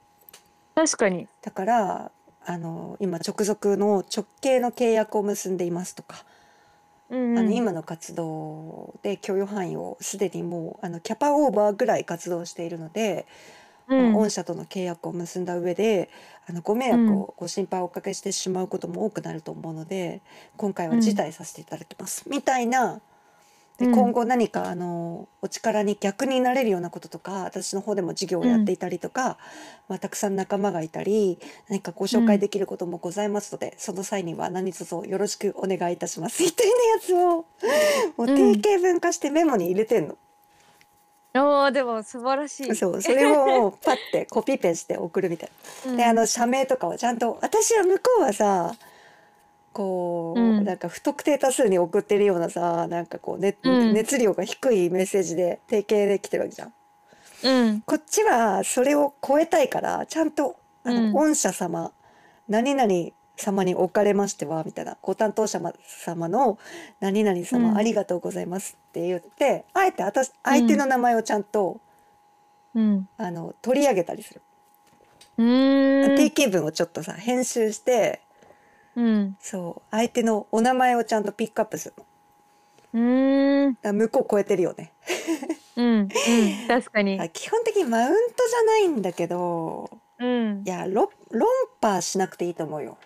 確かにだからあの今直属の直系の契約を結んでいますとかうんあうのん今の活動で許容範囲をすでにもうあのキャパオーバーぐらい活動しているので、うん御社との契約を結んだ上であのご迷惑をご心配をおかけしてしまうことも多くなると思うので今回は辞退させていただきます、みたいなでうん今後何かあのお力に逆になれるようなこととか私の方でも事業をやっていたりとか、まあ、たくさん仲間がいたり何かご紹介できることもございますので、その際には何卒よろしくお願いいたしますみたいなやつをもう定型文化してメモに入れてんの。おーでも素晴らしいそうそれをもうパッてコピペして送るみたいな。うんであの社名とかをちゃんと私は向こうはさこう、うんなんか不特定多数に送ってるようなさなんかこう、ねうん熱量が低いメッセージで定型で来てるわけじゃん。うんこっちはそれを超えたいからちゃんと「あのうん御社様何々様におかれましては」みたいなご担当者様の「何々様、うんありがとうございます」って言ってあえて私相手の名前をちゃんと、うんあの取り上げたりする。うー定ん型文をちょっとさ編集してうんそう相手のお名前をちゃんとピックアップするのだかうーんら向こう超えてるよねうんうん確かにあ基本的にマウントじゃないんだけどうんいや論論破しなくていいと思うよ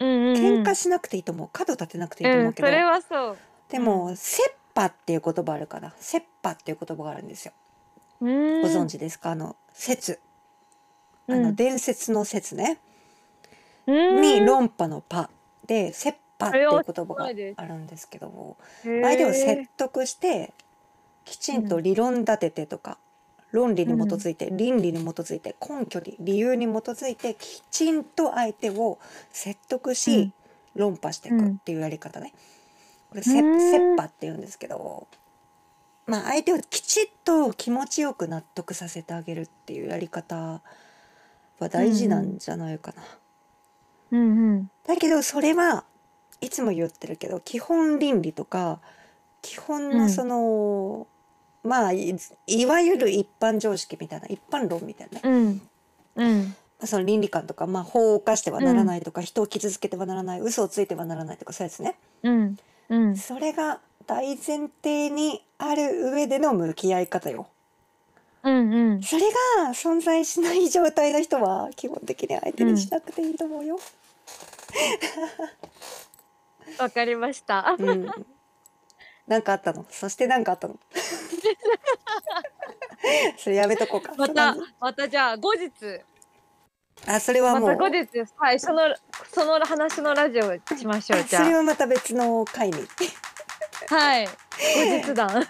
喧喧嘩しなくていいと思う角立てなくていいとう思うんけそど、れはそうでも「切羽」っていう言葉あるから「切羽」っていう言葉があるんですよごご存存知ですかあの「説」あうのん伝説の説ね、にに論破の「パ」で「切羽」っていう言葉があるんですけども相手を説得してきちんと理論立ててとか、論理に基づいて、倫理に基づいて根拠に理由に基づいてきちんと相手を説得し、うん論破していくっていうやり方ね。これせうん切羽って言うんですけど、まあ、相手をきちっと気持ちよく納得させてあげるっていうやり方は大事なんじゃないかな。うんうんだけどそれはいつも言ってるけど基本倫理とか基本うのんその、まあいいわゆる一般常識みたいな一般論みたいなね、まうんうんあその倫理観とか、まあ、法を犯してはならないとか、人を傷つけてはならない嘘をついてはならないとかそういうやつねうんうんそれが大前提にある上での向き合い方ようんうんそれが存在しない状態の人は基本的に相手にしなくていいと思うよ、わかりましたうん、なんかあったのそしてなんかあった のそれやめとこうかまたそんなまたじゃあ後日あそれはまもう、た後日はいそのその話のラジオしましょうじそれゃはまた別の回にあはい後日談は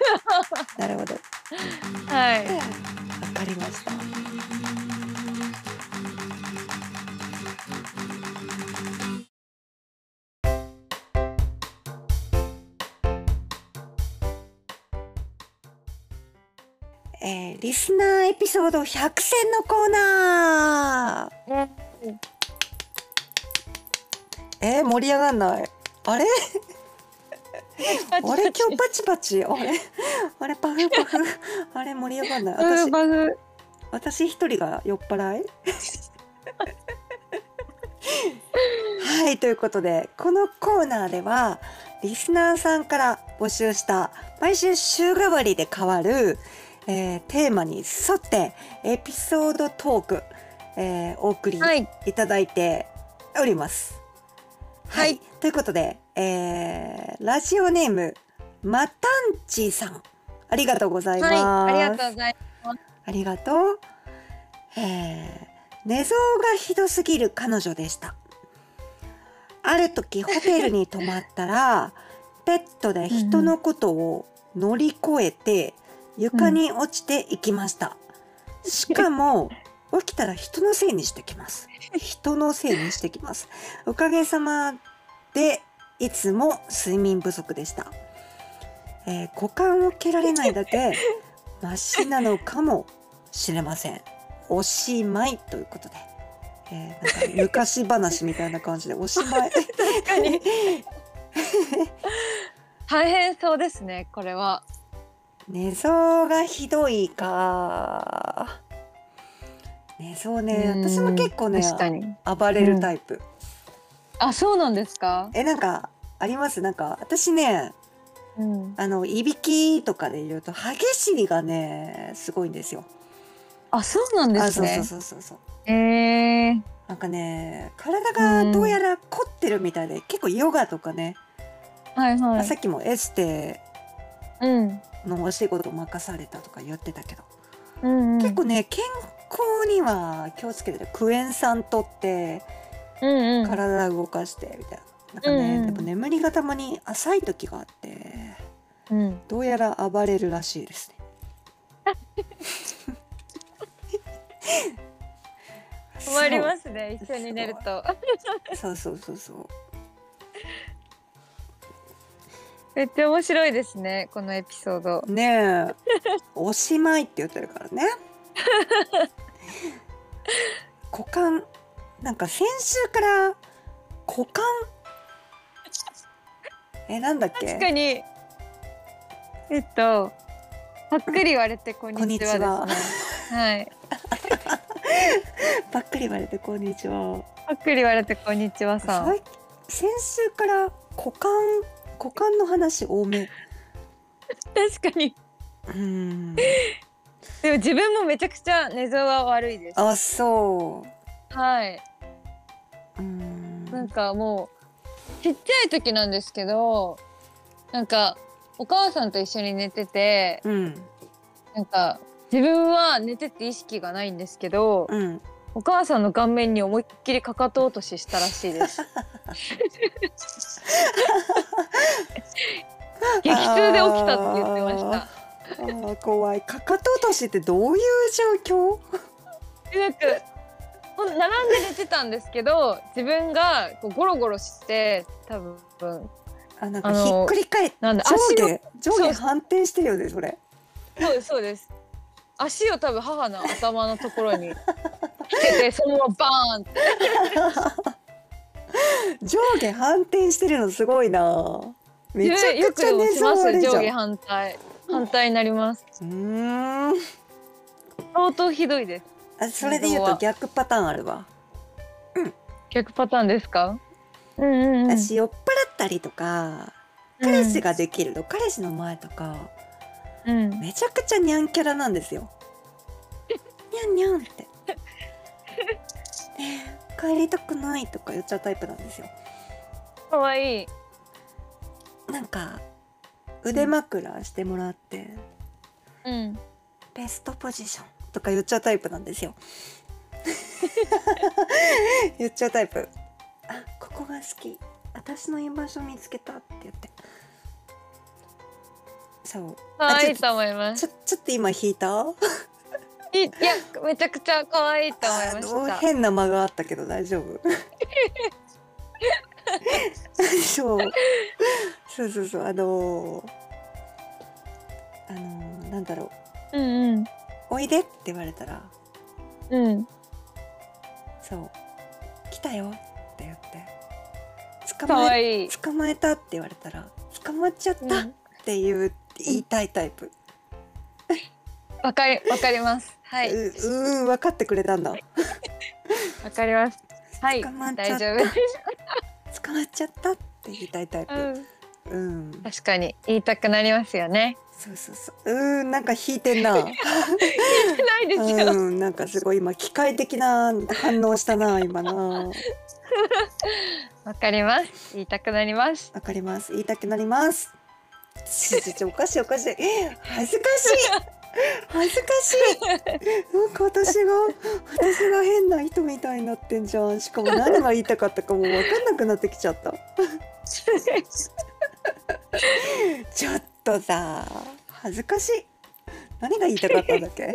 なるほどわいかりましたえー、リスナーエピソード100選のコーナーえー、盛り上がんないあ れああれ今日パチパチあれあれパフパフあれ盛り上がん ないう私んバグ私一人が酔っ払 いはいということでこのコーナーではリスナーさんから募集した毎週週替わりで変わる、えーテーマに沿ってエピソードトーク、えーお送りはいいただいております。はいということで、えーラジオネームマタンチさんありがとうございます。はいありがとうございまありがとう。えー寝相がひどすぎる彼女でした。ある時ホテルに泊まったらベッドで人のことを乗り越えて床に落ちていきました。しかも起きたら人のせいにしてきます。人のせいにしてきます。おかげさまでいつも睡眠不足でした。えー股間を蹴られないだけマシなのかもしれません。おしまいということで、えーなんか昔話みたいな感じでおしまい。確か に。す大変そうですねこれは寝相がひどいか。寝相ね、私も結構ねうん、確かに暴れるタイプ。あそうなんですかえ、なんかありますなんか私ね、うんあのいびきとかで言うと激しいがねすごいんですよ。あそうなんであ、すそうそねうそうそうそう。えーなんかね体がどうやら凝ってるみたいで、結構ヨガとかね、はいはあさいっきもエステうんのお仕事を任されたとか言ってたけど、うんうん結構ね健康には気をつけてるクエン酸とってうんうん体動かしてみたいな。なんかね、うんうんでも眠りがたまに浅い時があってうんどうやら暴れるらしいです ね。困りますね一緒に寝るとそうそうそうそう。めっちゃ面白いですねこのエピソードねえおしまいって言ってるからね股間なんか先週から股間えなんだっけ確かにえっとぱっくり言われてこんにちはですねはい ばっかり言われてこんにちはぱっくり言われてこんにちはさん最先週から股間股間の話多め確かにうー んでも自分もめちゃくちゃ寝相は悪いですあそはいううーんなんかもうちっちゃい時なんですけどなんかお母さんと一緒に寝ててうんなんか自分は寝てて意識がないんですけどうんお母さんの顔面に思いっきりかかと落とししたらしい です激痛で起きたって言ってましたあー怖いかかと落としってどういう状況でなんかほん並んで寝てたんですけど自分がこうゴロゴロして多分あなんかあひのっくり返ってなんだ足上を下上下反転してるよねそれそうですそうです足を多分母の頭のところにつけてそのままバーンって上下反転してるのすごいなめちゃよくくちゃでも寝し相ます悪いじ上ゃん下反対反対になりますうーん相当ひどいですあそれで言うと逆パターンあるわ、逆パターンですかうんうんうん私酔っ払ったりとか彼氏ができると、彼氏の前とかうんうんめちゃくちゃにゃんキャラなんですよにゃんにゃんってねえ帰りたくないとか言っちゃうタイプなんですよ可愛いなんか腕枕してもらってうんベストポジションとか言っちゃうタイプなんですよ。 言っちゃうタイプ。あ、ここが好き。私の居場所見つけたって言って。そう。可愛あいちょと思いますちょちょっと今引いた。いいやめちゃくちゃ可愛いと思いまあのした変な間があったけど大丈夫。そう。そうそうそうあのーあのーなんだろう。うんうんおいでって言われたら。うんそう来たよって言って捕かまわえいい。捕まえたって言われたら捕まっちゃったうっんていう、言いたいタイプ、わかりわかります。はいううーん分かってくれたんだわかります。はい捕まっちゃった大丈夫です。捕まっちゃったって言いたいタイプううんん、確かに言いたくなりますよね。そうそうそううーんなんか引いてんな ないですよ。うんなんかすごい今機械的な反応したな今なわかります。言いたくなります。わかります。言いたくなります。ちょちょちょおかしいおかしい。恥ずかしい。恥ずかしい。なんか私が私が変な人みたいになってんじゃん。しかも何が言いたかったかもう分かんなくなってきちゃった。ちょっとさ、恥ずかしい。何が言いたかったんだっけ？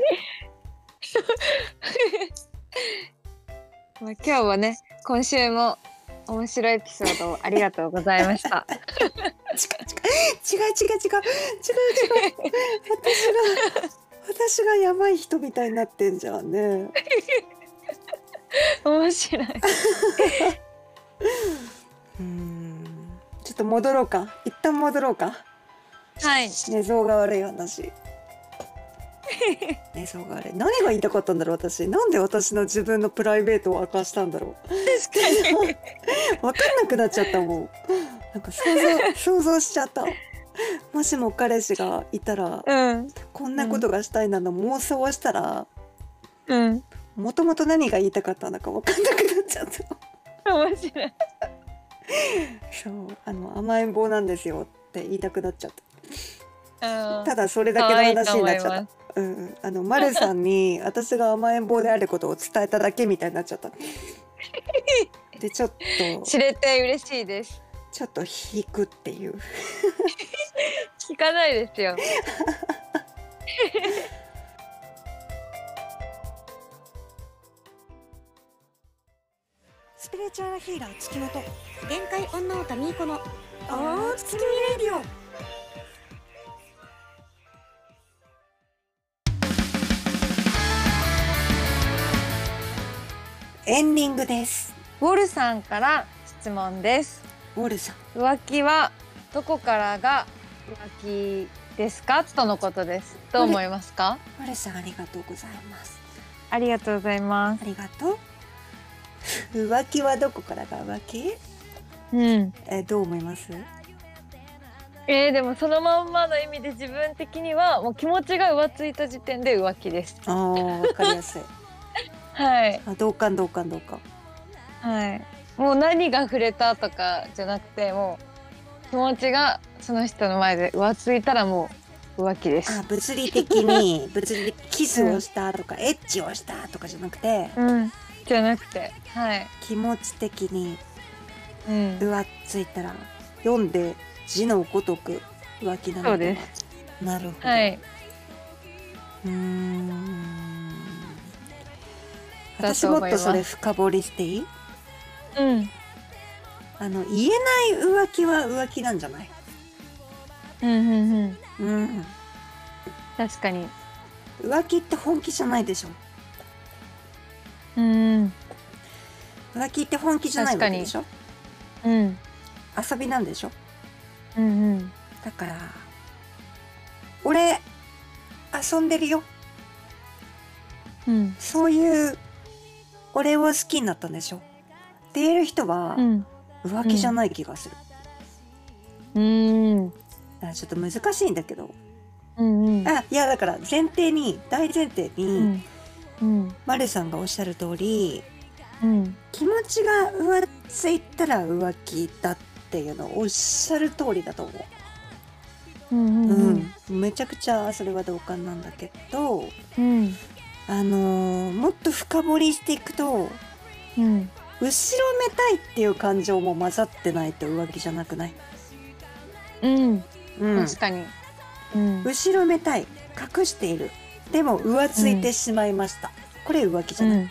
まあ今日はね、今週も面白いエピソードをありがとうございました。違う違う違う違う違う違う違う私が私がやばい人みたいになってんじゃんね。 面白い。うーんちょっと戻ろうか一旦戻ろうかはい。寝相が悪い話寝相が悪い何が言いたかったんだろう私なんで私の自分のプライベートを明かしたんだろう分かんなくなっちゃったもんなんか想像想像しちゃったもしも彼氏がいたらうんこんなことがしたいなの妄想をしたらうん。もともと何が言いたかったのか分かんなくなっちゃった面白い。そうあの甘えん坊なんですよって言いたくなっちゃったうんただそれだけの話になっち可愛ゃいった。うんうん、あの、まるさんに、私が甘えん坊であることを伝えただけみたいになっちゃっ た。で、ちょっと、知れて嬉しいです。ちょっと引くっていう。聞かないですよ。スピリチュアルヒーラー月のと限界女歌みーこのおー月見レディオエンディングです。ウォルさんから質問です。ウォルさん。浮気はどこからが浮気ですかとのことです。どう思いますか？ウォルさん、ありがとうございます。ありがとうございます。ありがとう。浮気はどこからが浮気うん。え、どう思いますえー、でもそのまんまの意味で自分的にはもう気持ちが浮ついた時点で浮気です。ああ、わかりやすい。はいあ、同感同感同感。はい。もう何が触れたとかじゃなくてもう気持ちがその人の前で浮ついたらもう浮気です。あ、物理的に、物理的にキスをしたとか、エッチをしたとかじゃなくて、うん。じゃなくて、はい。気持ち的にうん。浮ついたら読んで字のごとく浮気なのかそうですなるほど、はい。うーんだ私とも思いっまとすそれ深掘りしていいうん。あの言えない浮気は浮気なんじゃないうんうんうん。うん確かに。浮気って本気じゃないでしょうん。浮気って本気じゃないわけでしょうん。遊びなんでしょうんうん。だから俺遊んでるようん。そういう俺を好きになったんでしょって言える人はうん。浮気じゃない気がする、うん。あちょっと難しいんだけど、うん。あいやだから前提に大前提に、うん。うん。マルさんがおっしゃる通りうん。気持ちが浮ついたら浮気だっていうのをおっしゃる通りだと思うん。う、うん。うん、めちゃくちゃそれは同感なんだけどうん。あのーもっと深掘りしていくとうん。後ろめたいっていう感情も混ざってないと浮気じゃなくない、うん。うん、確かに。うん。後ろめたい隠しているでも浮ついてしまいました、これ浮気じゃない、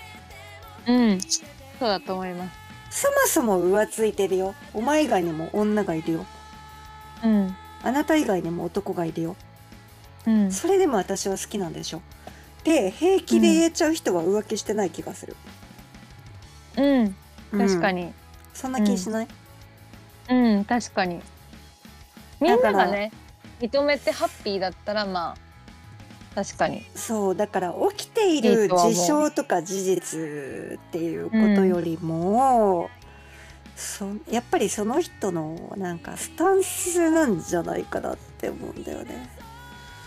うん。そうだと思います。そもそも浮ついてるよ。お前以外にも女がいるよ。うん。あなた以外にも男がいるよ。うん。それでも私は好きなんでしょ。で、平気で言えちゃう人は浮気してない気がする。うん。確かに。に。そんな気しない、うん確かにみんなだかがらね認めてハッピーだったらまあ確かにそうだから起きていいいるとは思う事象とか事実っていうことよりも、そやっぱりその人のなんかスタンスなんじゃないかなって思うんだよね。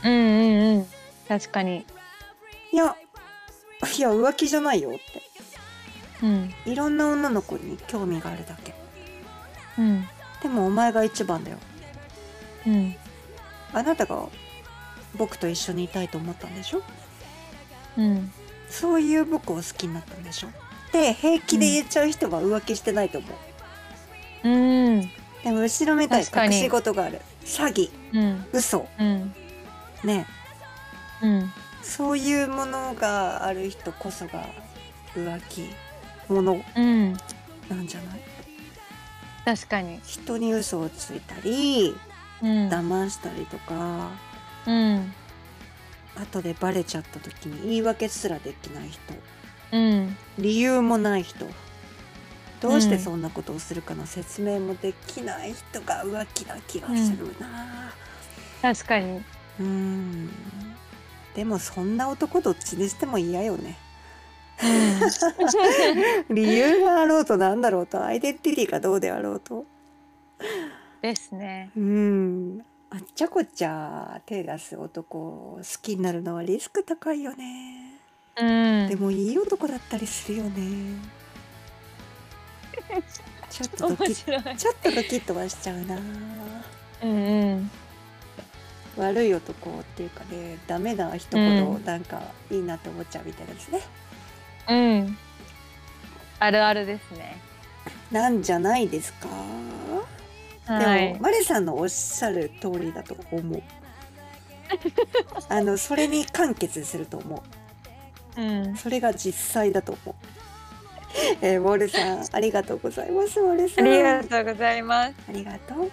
うんうんうん確かにいやいや浮気じゃないよっうんていろんな女の子に興味があるだけうんでもお前が一番だようんあなたが僕と一緒にいたいと思ったんでしょうんそういう僕を好きになったんでしょって平気で言っちゃう人は浮気してないと思う、うんでも後ろめたい確か隠にし事がある詐欺うん嘘うんねうんそういうものがある人こそが浮気ものうんなんじゃない確かに人に嘘をついたりうん騙したりとかうん後でバレちゃった時に言い訳すらできない人うん理由もない人どうしてそんなことをするかの説明もできない人が浮気な気がするな確かにうんでもそんな男どっちにしても嫌よね理由があろうとなんだろうとアイデンティティがどうであろうとですねうんあっちゃこっちゃ手出す男を好きになるのはリスク高いよねうんでもいい男だったりするよね。ちょっとドキ面ッ白いちょっとドキッとはしちゃうな。うんうん悪い男っていうかね、ダメな人ほどうんなんかいいなと思っちゃうみたいなですね。うんあるあるですねなんじゃないですか。はでもいマレさんのおっしゃる通りだと思う。あのそれに完結すると思うんう。それが実際だと思う。えー、ウォルさんありがとうございます。ウォルさあん。りがとうございますありがとう。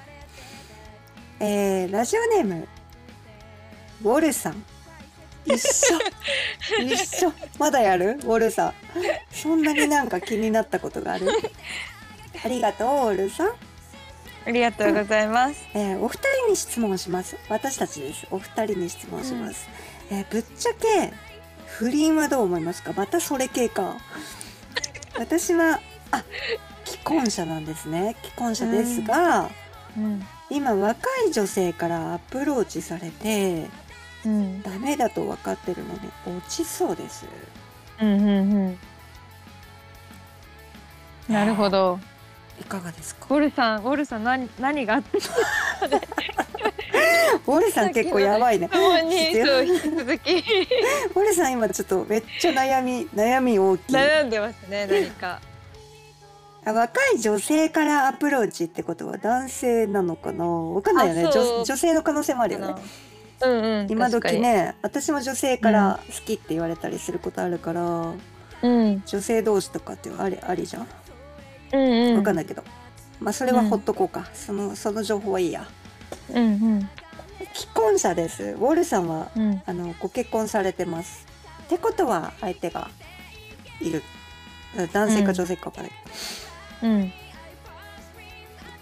えー、ラジオネーム、ウォルさん。一 緒。一緒。まだやるウォルさん。そんなになんか気になったことがあるありがとう、ウォルさん。ありがとうございますえーお二人に質問します。私たちです。お二人に質問します。えーぶっちゃけ、不倫はどう思いますかまたそれ系か。私は、あ、既婚者なんですね。既婚者ですが、うん今若い女性からアプローチされてうんダメだと分かってるのに落ちそうですうんうんうんなるほどいかがですかウォルさんウォルさん何何があったウォレさん結構やばいね質問にちょっとそうや引き続きウォレさん今ちょっとめっちゃ悩み悩み大きい 悩んでますね何かあ若い女性からアプローチってことは男性なのかなわかんないよねあそう女女性の可能性もあるよねうんうん今時確かね私も女性から好きって言われたりすることあるから、にうん女性同士とかってありありじゃんうんうんわかんないけど、まあそれはほっとこうか、そのその情報はいいやうん既婚者ですウォルさんはうんうんあのご結婚されてますってことは相手がいる男性か女性かわからない、うん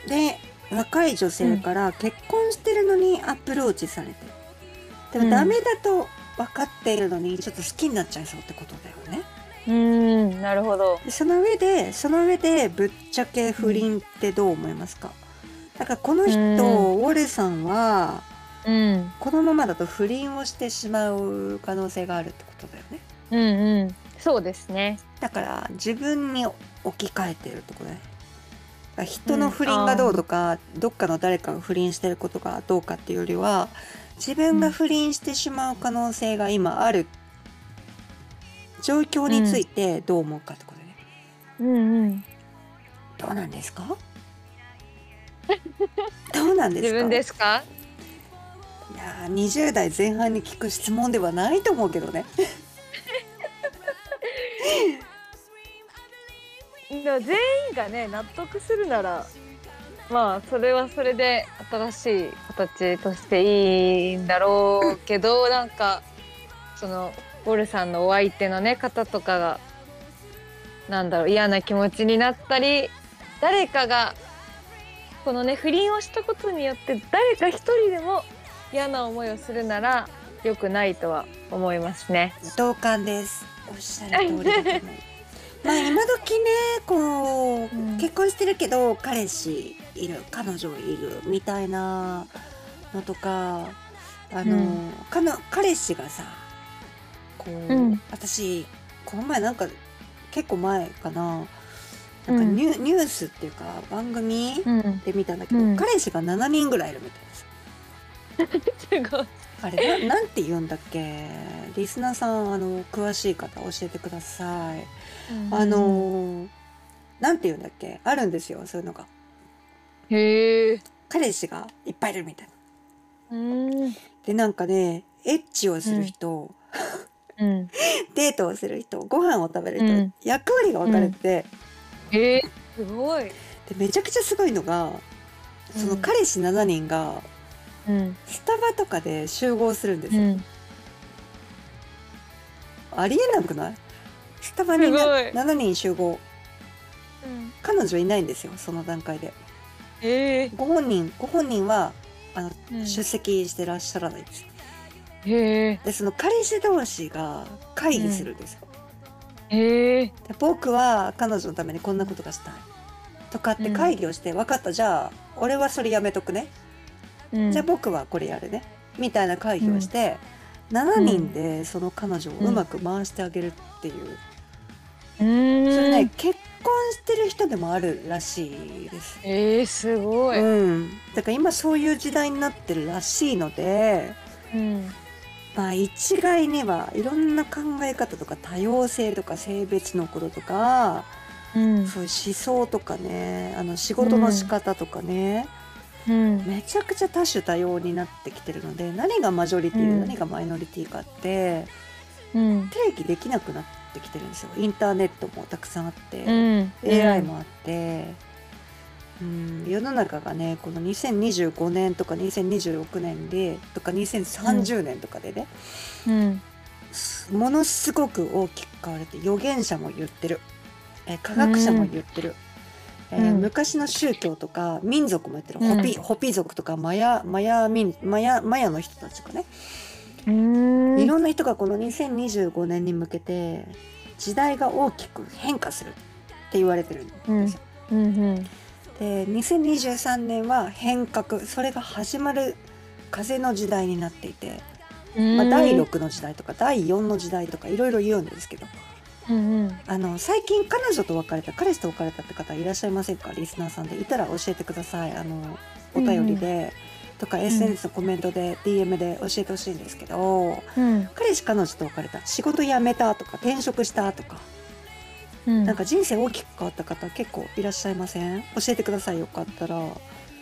で若い女性から結婚してるのにアプローチされてでうんもダメだと分かっているのにちょっと好きになっちゃいそうってことだよねうんなるほどでその上でその上でぶっちゃけ不倫ってどう思いますかだからこの人、うんウォルさんはうんこのままだと不倫をしてしまう可能性があるってことだよねうんうんそうですねだから自分に置き換えてるところだねだから人の不倫がどうとか、どっかの誰かが不倫してることがどうかっていうよりは自分が不倫してしまう可能性が今ある状況についてどう思うかってことね、うんうんどうなんですかどうなんですか自分ですかいやー20代前半に聞く質問ではないと思うけどねでも全員がね納得するならまあそれはそれで新しい形としていいんだろうけ どなんかそのゴルさんのお相手のね方とかがなんだろう嫌な気持ちになったり誰かがこのね不倫をしたことによって誰か一人でも嫌な思いをするなら良くないとは思いますね。同感ですおっしゃる通りだ と思うまあ今時ねこう、うん結婚してるけど彼氏いる彼女いるみたいなのとかあの、うんかの彼氏がさこう、うん私この前なんか結構前かななんうかんニュ,、ニュースっていうか番組うん、で見たんだけど、うん彼氏が7人ぐらいいるみたいです すごい。あれななんて言うんだっけリスナーさんあの詳しい方教えてくださいあのーなんて言うんだっけあるんですよそういうのがへえ。彼氏がいっぱいいるみたいなうん。でなんかねエッチをする人、うん。デートをする人ご飯を食べる人、うん役割が分かれてて、へえ。すごい。でめちゃくちゃすごいのがそのうん彼氏7人がうん。スタバとかで集合するんですうよ、ん。ありえなくないスタバにすごいな7人集合彼女いないんですよその段階でへえ。ご本人ご本人はうん出席してらっしゃらないんです、へえ。でその彼氏同士が会議するんですよ、へえ。で僕は彼女のためにこんなことがしたいとかって会議をして、分かったじゃあ俺はそれやめとくね、うんじゃあ僕はこれやるねみたいな会議をして、7人でその彼女をうまく回してあげるっていう、うそれねん。結婚してる人でもあるらしいです、ええ、すごい。うん、だから今そういう時代になってるらしいのでうん。まあ一概にはいろんな考え方とか多様性とか性別のこととかうん。そういう思想とかねあの仕事の仕方とかね、うん。めちゃくちゃ多種多様になってきてるので何がマジョリティでうん何がマイノリティかってうん。定義できなくなってきてるんですよインターネットもたくさんあって、うん。 AI もあって、うん、世の中がねこの2025年とか2026年でとか2030年とかでね、うん。ものすごく大きく変われて預言者も言ってる、えー科学者も言ってる、んえーうん昔の宗教とか民族も言ってる、うんホピホピ族とかマヤマヤ民マヤマヤの人たちとかね、うん。いろんな人がこの2025年に向けて時代が大きく変化するって言われてるんですよ。うん。で2023年は変革それが始まる風の時代になっていて、うん。まあ、第。6の時代とか第4の時代とかいろいろ言うんですけどうん。うん。あの最近彼女と別れた彼氏と別れたって方いらっしゃいませんかリスナーさんでいたら教えてくださいあのお便りで、とか SNS のコメントで、DM で教えてほしいんですけどうん。彼氏彼女と別れた仕事辞めたとか転職したとか、うん。なんか人生大きく変わった方結構いらっしゃいません教えてくださいよかったら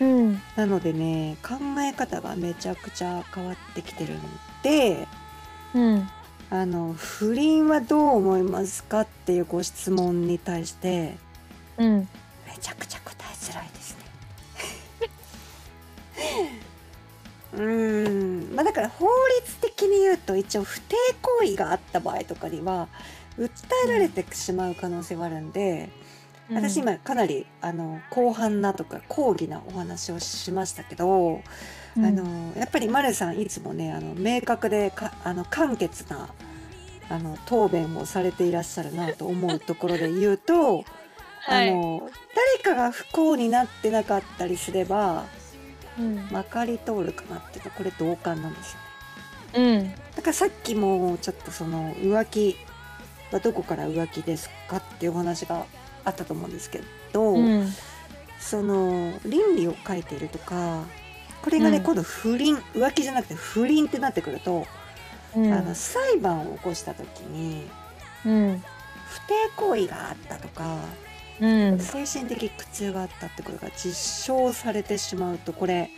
うん。なのでね考え方がめちゃくちゃ変わってきてるんでうん。あの不倫はどう思いますかっていうご質問に対してうん。めちゃくちゃ答えづらいですね。 うーんまあ、だから法律的に言うと一応不貞行為があった場合とかには訴えられてしまう可能性はあるんで、私。今かなりあの広範なとか抗議なお話をしましたけど、あ。のやっぱり丸さんいつもねあの明確でかあの簡潔なあの答弁をされていらっしゃるなと思うところで言うと。はあい。の誰かが不幸になってなかったりすればうん。まかり通るかなっていうのはこれ同感なんですようん。だからさっきもちょっとその浮気はどこから浮気ですかっていうお話があったと思うんですけど、うん。その倫理を書いているとかこれがね、うん今度不倫浮気じゃなくて不倫ってなってくると、うん。あの裁判を起こした時にうん。不貞行為があったとかうん。精神的苦痛があったってことが実証されてしまうとこれ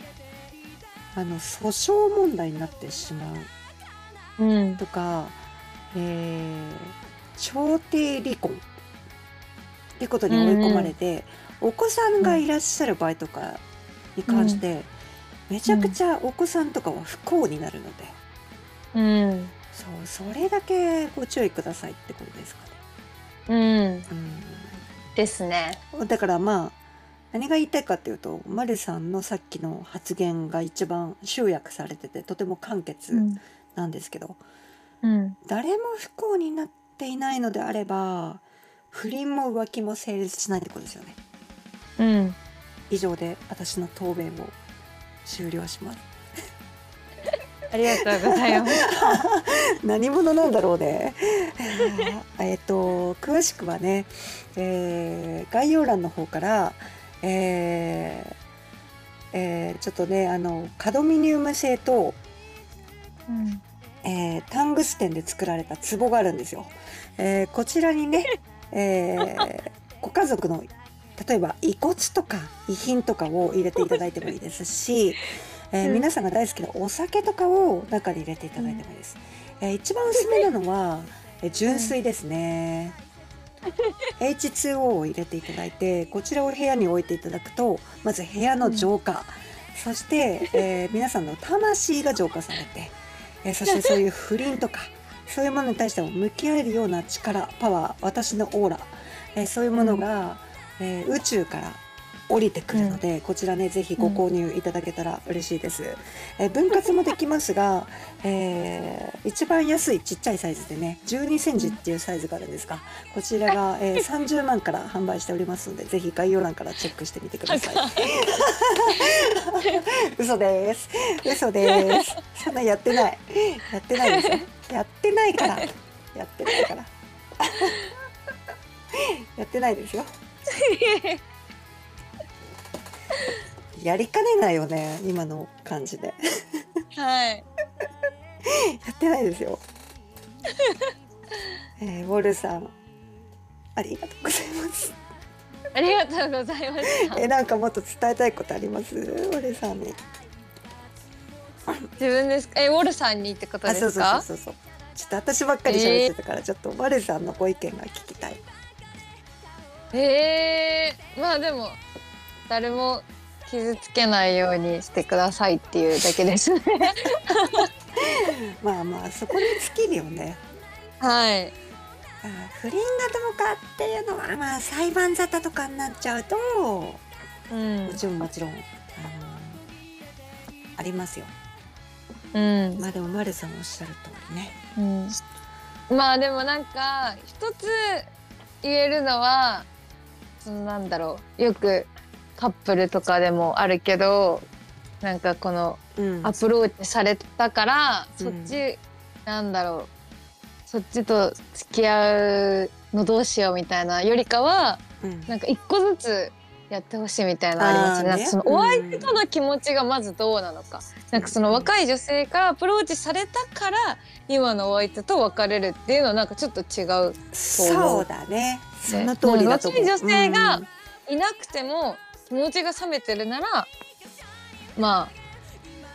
あの訴訟問題になってしまううん。とか、えー調停離婚ってことに追い込まれて、お子さんがいらっしゃる場合とかに関して、めちゃくちゃお子さんとかは不幸になるので、うん。そうそれだけご注意くださいってことですかね。うん。うんですね。だからまあ何が言いたいかっていうとマルさんのさっきの発言が一番集約されててとても簡潔なんですけど、うん、誰も不幸になっていないのであれば不倫も浮気も成立しないってことですよねうん、以上で私の答弁を終了しますありがとうございます。 何者なんだろうね えっと詳しくはね、えー概要欄の方からえーえーちょっとねあのカドミニウム製と、うん、えータングステンで作られた壺があるんですよ。えーこちらにね、え ーご家族の例えば遺骨とか遺品とかを入れていただいてもいいですし、えーうん皆さんが大好きなお酒とかを中に入れていただいてもいいです。えー一番おすすめなのは、えー純水ですね。H2O を入れていただいてこちらを部屋に置いていただくとまず部屋の浄化、そして、えー皆さんの魂が浄化されて、えーそしてそういう不倫とか そういうものに対しても向き合えるような力パワー私のオーラ、えーそういうものが、えー宇宙から降りてくるので、こちらねぜひご購入いただけたら嬉しいです、えー分割もできますが、えー一番安いちっちゃいサイズでね12センチっていうサイズがあるんですがこちらが、えー30万から販売しておりますのでぜひ概要欄からチェックしてみてください 嘘です嘘です そんなやってないやってないですよやってないからやってないから やってないですよやりかねないよね今の感じではい、やってないですよえーウォルさんありがとうございますありがとうございましたえ。なんかもっと伝えたいことありますウォルさんに自分ですか。え、ウォルさんにってことあですそか。うそうそうそうそうちょっと私ばっかり喋ってたから、ちょっとウォルさんのご意見が聞きたいへえまあでも誰も傷つけないようにしてくださいっていうだけですねまあまあそこに尽きるよねはいあー不倫がどうかっていうのはまあ裁判沙汰とかになっちゃうともうんちろんもちろん、あのーありますようん、まあでもマルさんおっしゃる通りねうん、まあでもなんか一つ言えるのはそのなんだろうよくカップルとかでもあるけどなんかこのうんアプローチされたから、うんそっちなんだろうそっちと付き合うのどうしようみたいなよりかはうんなんか一個ずつやってほしいみたいなのありあーねますね。なんかそのお相手との気持ちがまずどうなのか。なんかその若い女性からアプローチされたから今のお相手と別れるっていうのはなんかちょっと違う。そうだねその通りだと思う、ね若い女性がうんいなくても気持ちが冷めてるなら、まあ、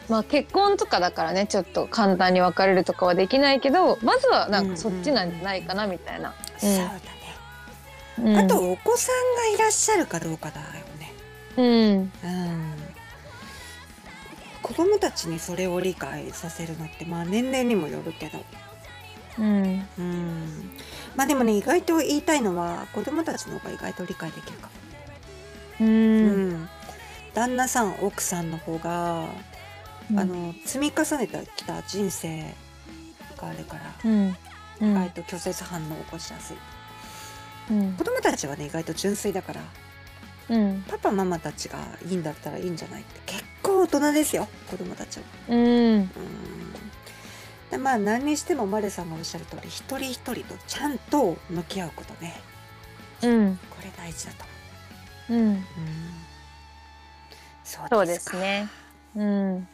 まあ結婚とかだからねちょっと簡単に別れるとかはできないけどまずはなんかそっちなんじゃないかなみたいな。そうだね、うんあとお子さんがいらっしゃるかどうかだよねうんうん子供たちにそれを理解させるのってまあ年齢にもよるけどうんうんまあでもね意外と言いたいのは子供たちの方が意外と理解できるかもううんん旦那さん奥さんの方が、うんあの積み重ねてきた人生があるから、うんう意ん外と拒絶反応を起こしやすいうん子供たちはね意外と純粋だからうんパパママたちがいいんだったらいいんじゃないって結構大人ですよ子供たちはうんうんでまあ何にしてもマレさんがおっしゃる通り一人一人とちゃんと向き合うことねうんこれ大事だと思うん、う、うんそそううでですすかね。うん、はい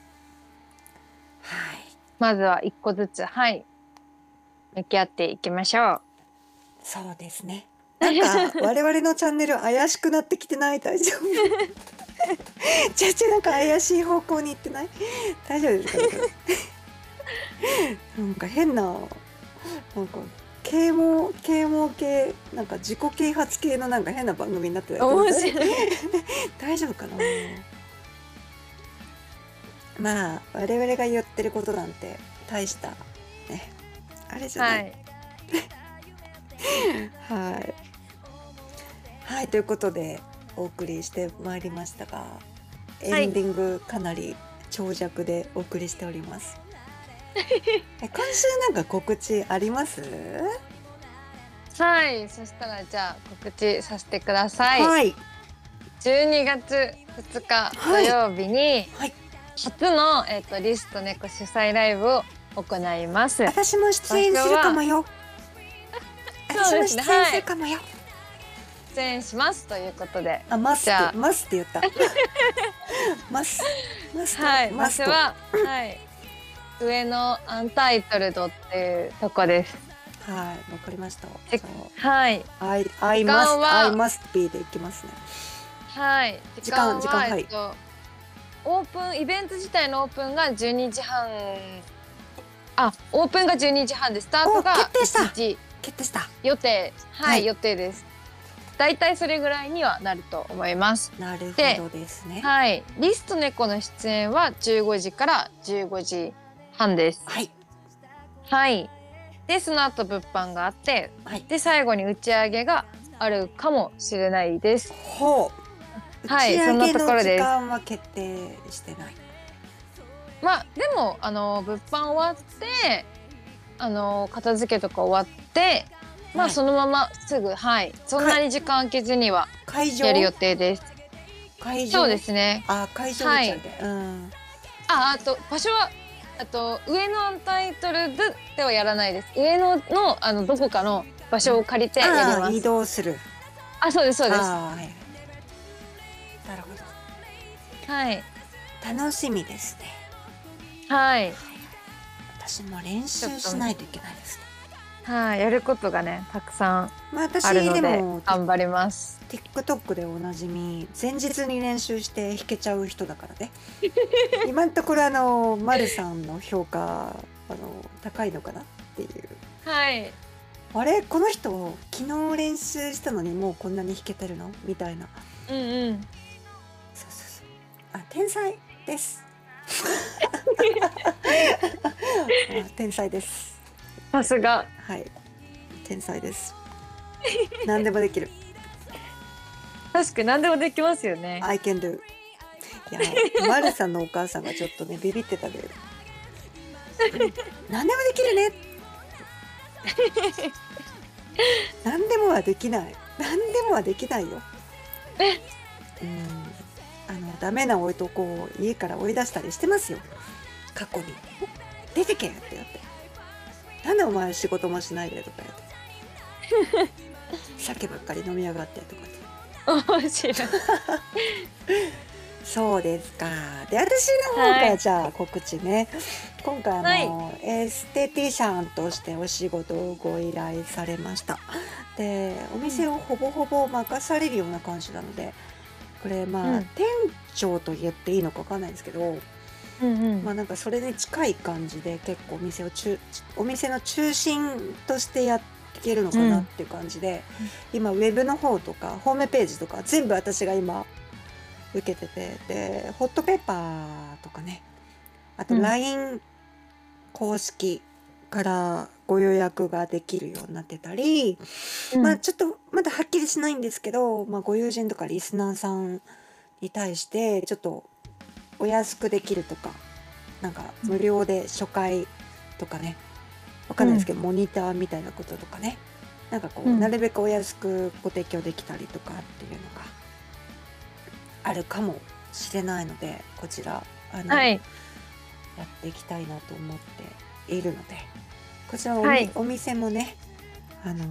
まずは一個ずつ、はい。向き合っていきましょそうですねなんか 我々のチャンネル怪しくなってきてない大丈夫 ちゃちゃなんか怪しい方向に行ってない大丈夫ですかねこれなんか変ななんか啓蒙啓蒙系なんか自己啓発系のなんか変な番組になってう。たけどい。大丈夫かなまあ我々が言ってることなんて大したねあれじゃない、はい。はい。はい、ということで、お送りしてまいりましたが、いエンディングかなり長尺でお送りしており ます。え今週なんか告知あります？はいそしたらじゃあ告知させてください、はい、 12月2日土曜日に、はい初の、えっとリスト猫主催ライブを行います私も出演するかもよ。私そうもです出ね演するかもよ。出演しますということであ、マスじゃあって、マスって言 った。マス、マスと、はい場マス所と。は、はい、上野アンタイトルドっていうとこですはい、わかりました。えそうはい I I 時間 must は I must be でいきますね。はい時間時間はいえっと、オープンイベント自体のオープンが12時半あオープンが12時半でスタートがお決定した1時決定した。予定ははい、い予定ですだいたいそれぐらいにはなると思いますなるほどですね。はいリスト猫の出演は15時から15時半ですはいはいでその後物販があってはい。で最後に打ち上げがあるかもしれないですほう。はい打ち上げそんなところの時です間は決定してない。まあでもあの物販終わってあの片付けとか終わってまはあいそのまますぐはいそんなに時間空けずには会場やる予定です会場そうですねあ会場打ち上げ、うんああと場所はあと上野アンタイトルズではやらないです上野のあのどこかの場所を借りてやりあまー移す動するあそうですそうですあーはいなるほはいど楽しみですねはい私も練習しないといけないですねはいやることがねたくさんまあ私あるのででも頑張ります TikTok でおなじみ前日に練習して弾けちゃう人だからね 今のところあのまるさんの評価あの高いのかなっていうはいあれこの人昨日練習したのにもうこんなに弾けてるのみたいなうんうんそうそうそうあ天才です あ天才ですさすがはい天才です何でもできる確かに何でもできますよね I can do いやマルさんのお母さんがちょっとねビビってたけど、うん何でもできるね何でもはできない何でもはできないようんあのダメな男を家から追い出したりしてますよ過去に出てけってやってなんでお前仕事もしないでとかやって酒ばっかり飲みやがってとかって面白いそうですか。で、私の方からじゃあ告知ね。今回あの、エステティシャンとしてお仕事をご依頼されました。で、お店をほぼほぼ任されるような感じなので、これまあ、うん店長と言っていいのかわかんないんですけど、うんうんまあなんかそれに近い感じで結構お店を中お店の中心としてやっていけるのかなっていう感じで、今ウェブの方とかホームページとか全部私が今受けててでホットペッパーとかねあとうん LINE 公式からご予約ができるようになってたり、まあちょっとまだはっきりしないんですけど、まあ、ご友人とかリスナーさんに対してちょっとお安くできるとかなんか無料で初回とかねわかんないですけど、モニターみたいなこととかねなんかこう、うんなるべくお安くご提供できたりとかっていうのがあるかもしれないのでこちらあの、はいやっていきたいなと思っているのでこちらお,、はいお店もねあのー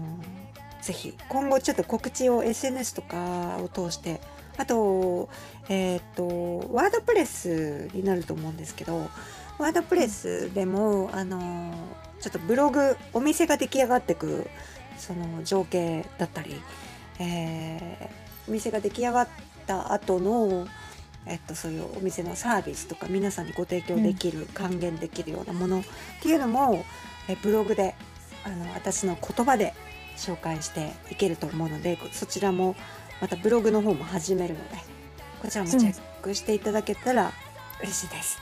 ぜひ今後ちょっと告知を SNS とかを通してあとえっ、とワードプレスになると思うんですけどワードプレスでも、あのーちょっとブログお店が出来上がってくその情景だったり、えーお店が出来上がった後のえっと、そういうお店のサービスとか皆さんにご提供できる、還元できるようなものっていうのもえブログであの私の言葉で紹介していけると思うのでこそちらもまたブログの方も始めるのでこちらもチェックしていただけたら嬉しいです。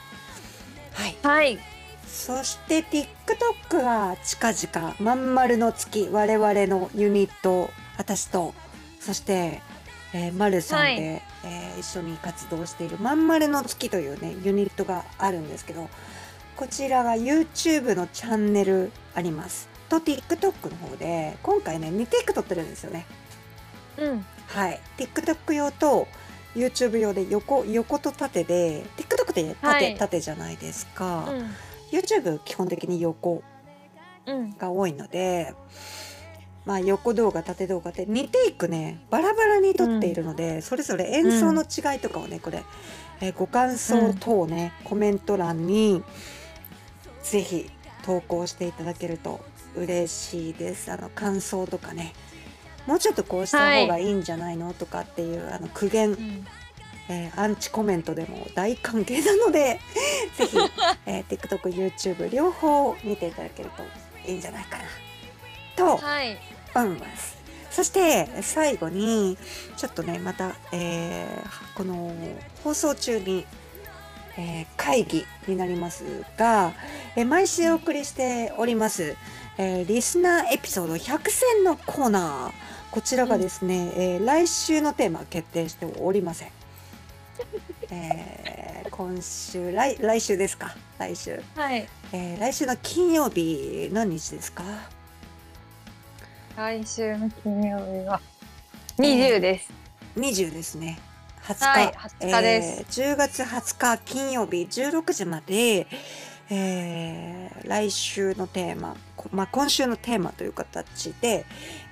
はい、はいそして TikTok は近々まんまるの月我々のユニット私とそして、えー、まるさんで、えー一緒に活動している「まんまるの月」というねユニットがあるんですけどこちらが YouTube のチャンネルありますと TikTok の方で今回ね2テイク撮ってるんですよねうんはい、TikTok 用と YouTube 用で横横と縦で TikTok って縦,、はい縦じゃないですか、うん YouTube 基本的に横うんが多いので、まあ、横動画縦動画で2テイクねバラバラに撮っているので、それぞれ演奏の違いとかをねこれ、えーご感想等ね、コメント欄にぜひ投稿していただけると嬉しいですあの感想とかねもうちょっとこうした方がいいんじゃないのとかっていうあの苦言う、んえーアンチコメントでも大歓迎なのでぜひ、えー TikTok、YouTube 両方見ていただけるといいんじゃないかなとはい思います。そして最後にちょっとねまた、えーこの放送中に、えー会議になりますが、えー毎週お送りしております、えーリスナーエピソード100選のコーナーこちらがですね、えー来週のテーマは決定しておりません。えー今週来来週ですか来週、はいえー来週の金曜日何日ですか来週の金曜日は20です20ですね。20日、はい20日です、えー10月20日金曜日16時まで、えー来週のテーマ、こまあ、今週のテーマという形で、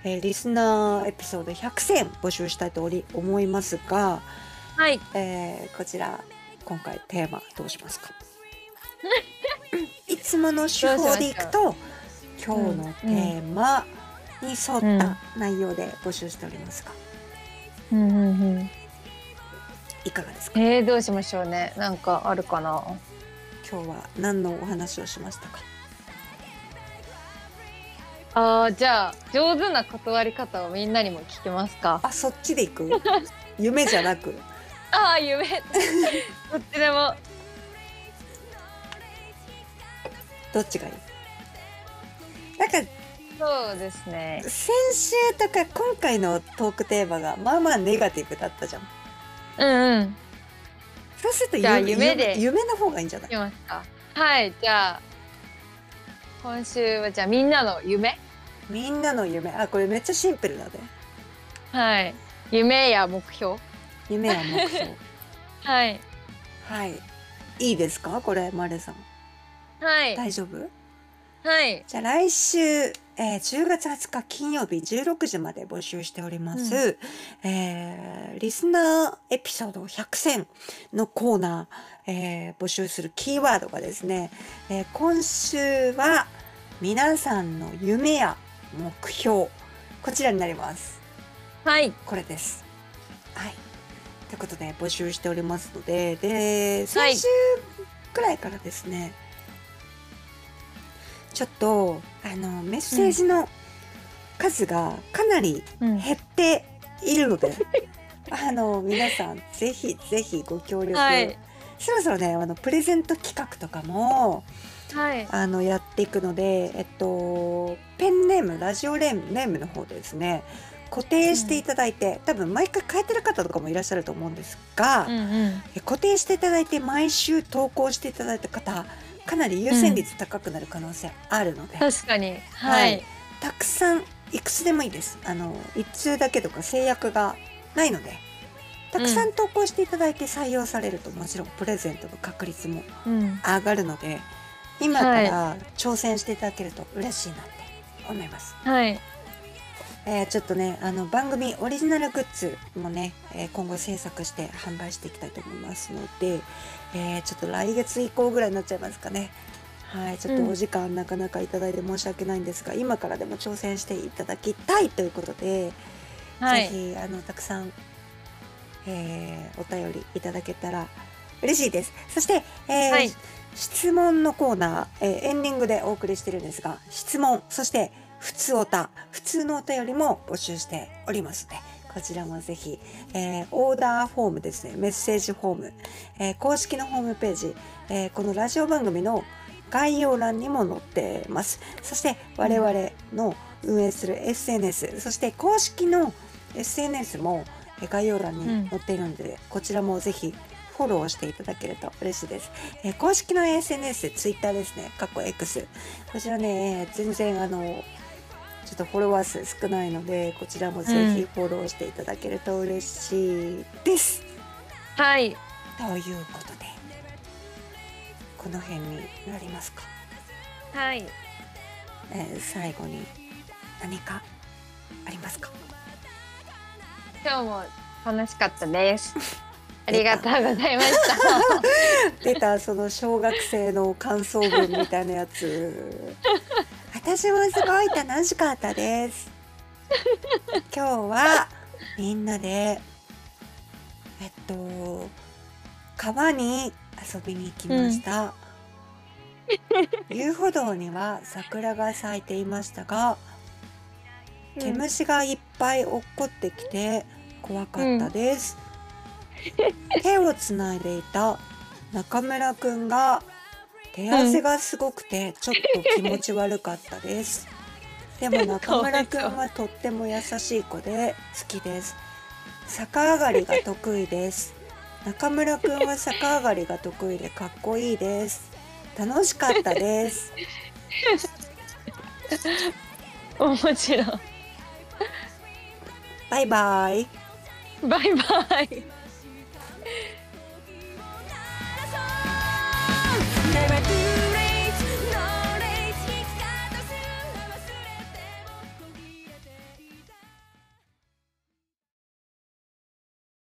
えーリスナーエピソード100選募集したいとおり思いますが、はいえーこちら今回テーマどうし ますかいつもの手法でいくと今日のテーマに沿った内容で募集しておりますが、うんうんうんいかがですかえー、どうしましょうねなんかあるかな今日は何のお話をしましたか。あーじゃあ上手な断り方をみんなにも聞きますかあ、そっちで 行く。夢じゃなく。ああ 夢どっちでもどっちがいい。なんかそうですね先週とか今回のトークテーマがまあまあネガティブだったじゃん。うんうんそうするとじゃあ夢で夢の方がいいんじゃないき。ますかはいじゃあ今週はじゃあみんなの夢みんなの夢。あ、これめっちゃシンプルだね。はい夢や目標夢や目 標。はいはい。いいですかこれマレさん。はい大丈夫？はいじゃあ来週、えー10月20日金曜日16時まで募集しております、えーリスナーエピソード100選のコーナー、えー募集するキーワードがですね、えー今週は皆さんの夢や目標こちらになりますはいこれですはいということで募集しておりますのでで先週くらいからですね、ちょっとあのメッセージの数がかなりうん減っているので、 あの皆さんぜひぜひご協力、はいそろそろねあのプレゼント企画とかもはいあのやっていくので、えっと、ペンネームラジオネームネームの方でですね固定していただいて、多分毎回変えてる方とかもいらっしゃると思うんですが、うんうんえ固定していただいて毎週投稿していただいた方かなり優先率高くなる可能性あるので、確かにはいたくさんいくつでもいいですあの一通だけとか制約がないのでたくさん投稿していただいて採用されると、もちろんプレゼントの確率もうん上がるので今から挑戦していただけると嬉しいなって思います、はいえーちょっとねあの番組オリジナルグッズもね、えー今後制作して販売していきたいと思いますので、えーちょっと来月以降ぐらいになっちゃいますかねはいちょっとお時間なかなかいただいて申し訳ないんですが、今からでも挑戦していただきたいということで、はぜいひあのたくさん、えーお便りいただけたら嬉しいですそして、えーはい質問のコーナー、えーエンディングでお送りしてるんですが質問そして普通おた普通のお便りも募集しておりますのでこちらもぜひ、えーオーダーフォームですねメッセージフォーム、えー公式のホームページ、えーこのラジオ番組の概要欄にも載ってますそして我々の運営する SNS そして公式の SNS も、ええ概要欄に載っているので、こちらもぜひフォローしていただけると嬉しいです。えー公式の SNS、Twitter ですね、かっこ X。こちらね、えー全然あの、ちょっとフォロワー数少ないので、こちらもぜひフォローしていただけると嬉しいです。はいということで、この辺になりますか。はいえー最後に何かありますか今日も楽しかったです。 ありがとうございま した。出たその小学生の感想文みたいなやつ私もすごい楽しかったです今日はみんなでえっと川に遊びに行きました、遊歩道には桜が咲いていましたが毛虫がいっぱい落っこってきて怖かったです、手をつないでいた中村くんが手汗がすごくてちょっと気持ち悪かったです、でも中村くんはとっても優しい子で好きです逆上がりが得意です中村くんは逆上がりが得意でかっこいいです楽しかったです面白い。バイバイバイバイ。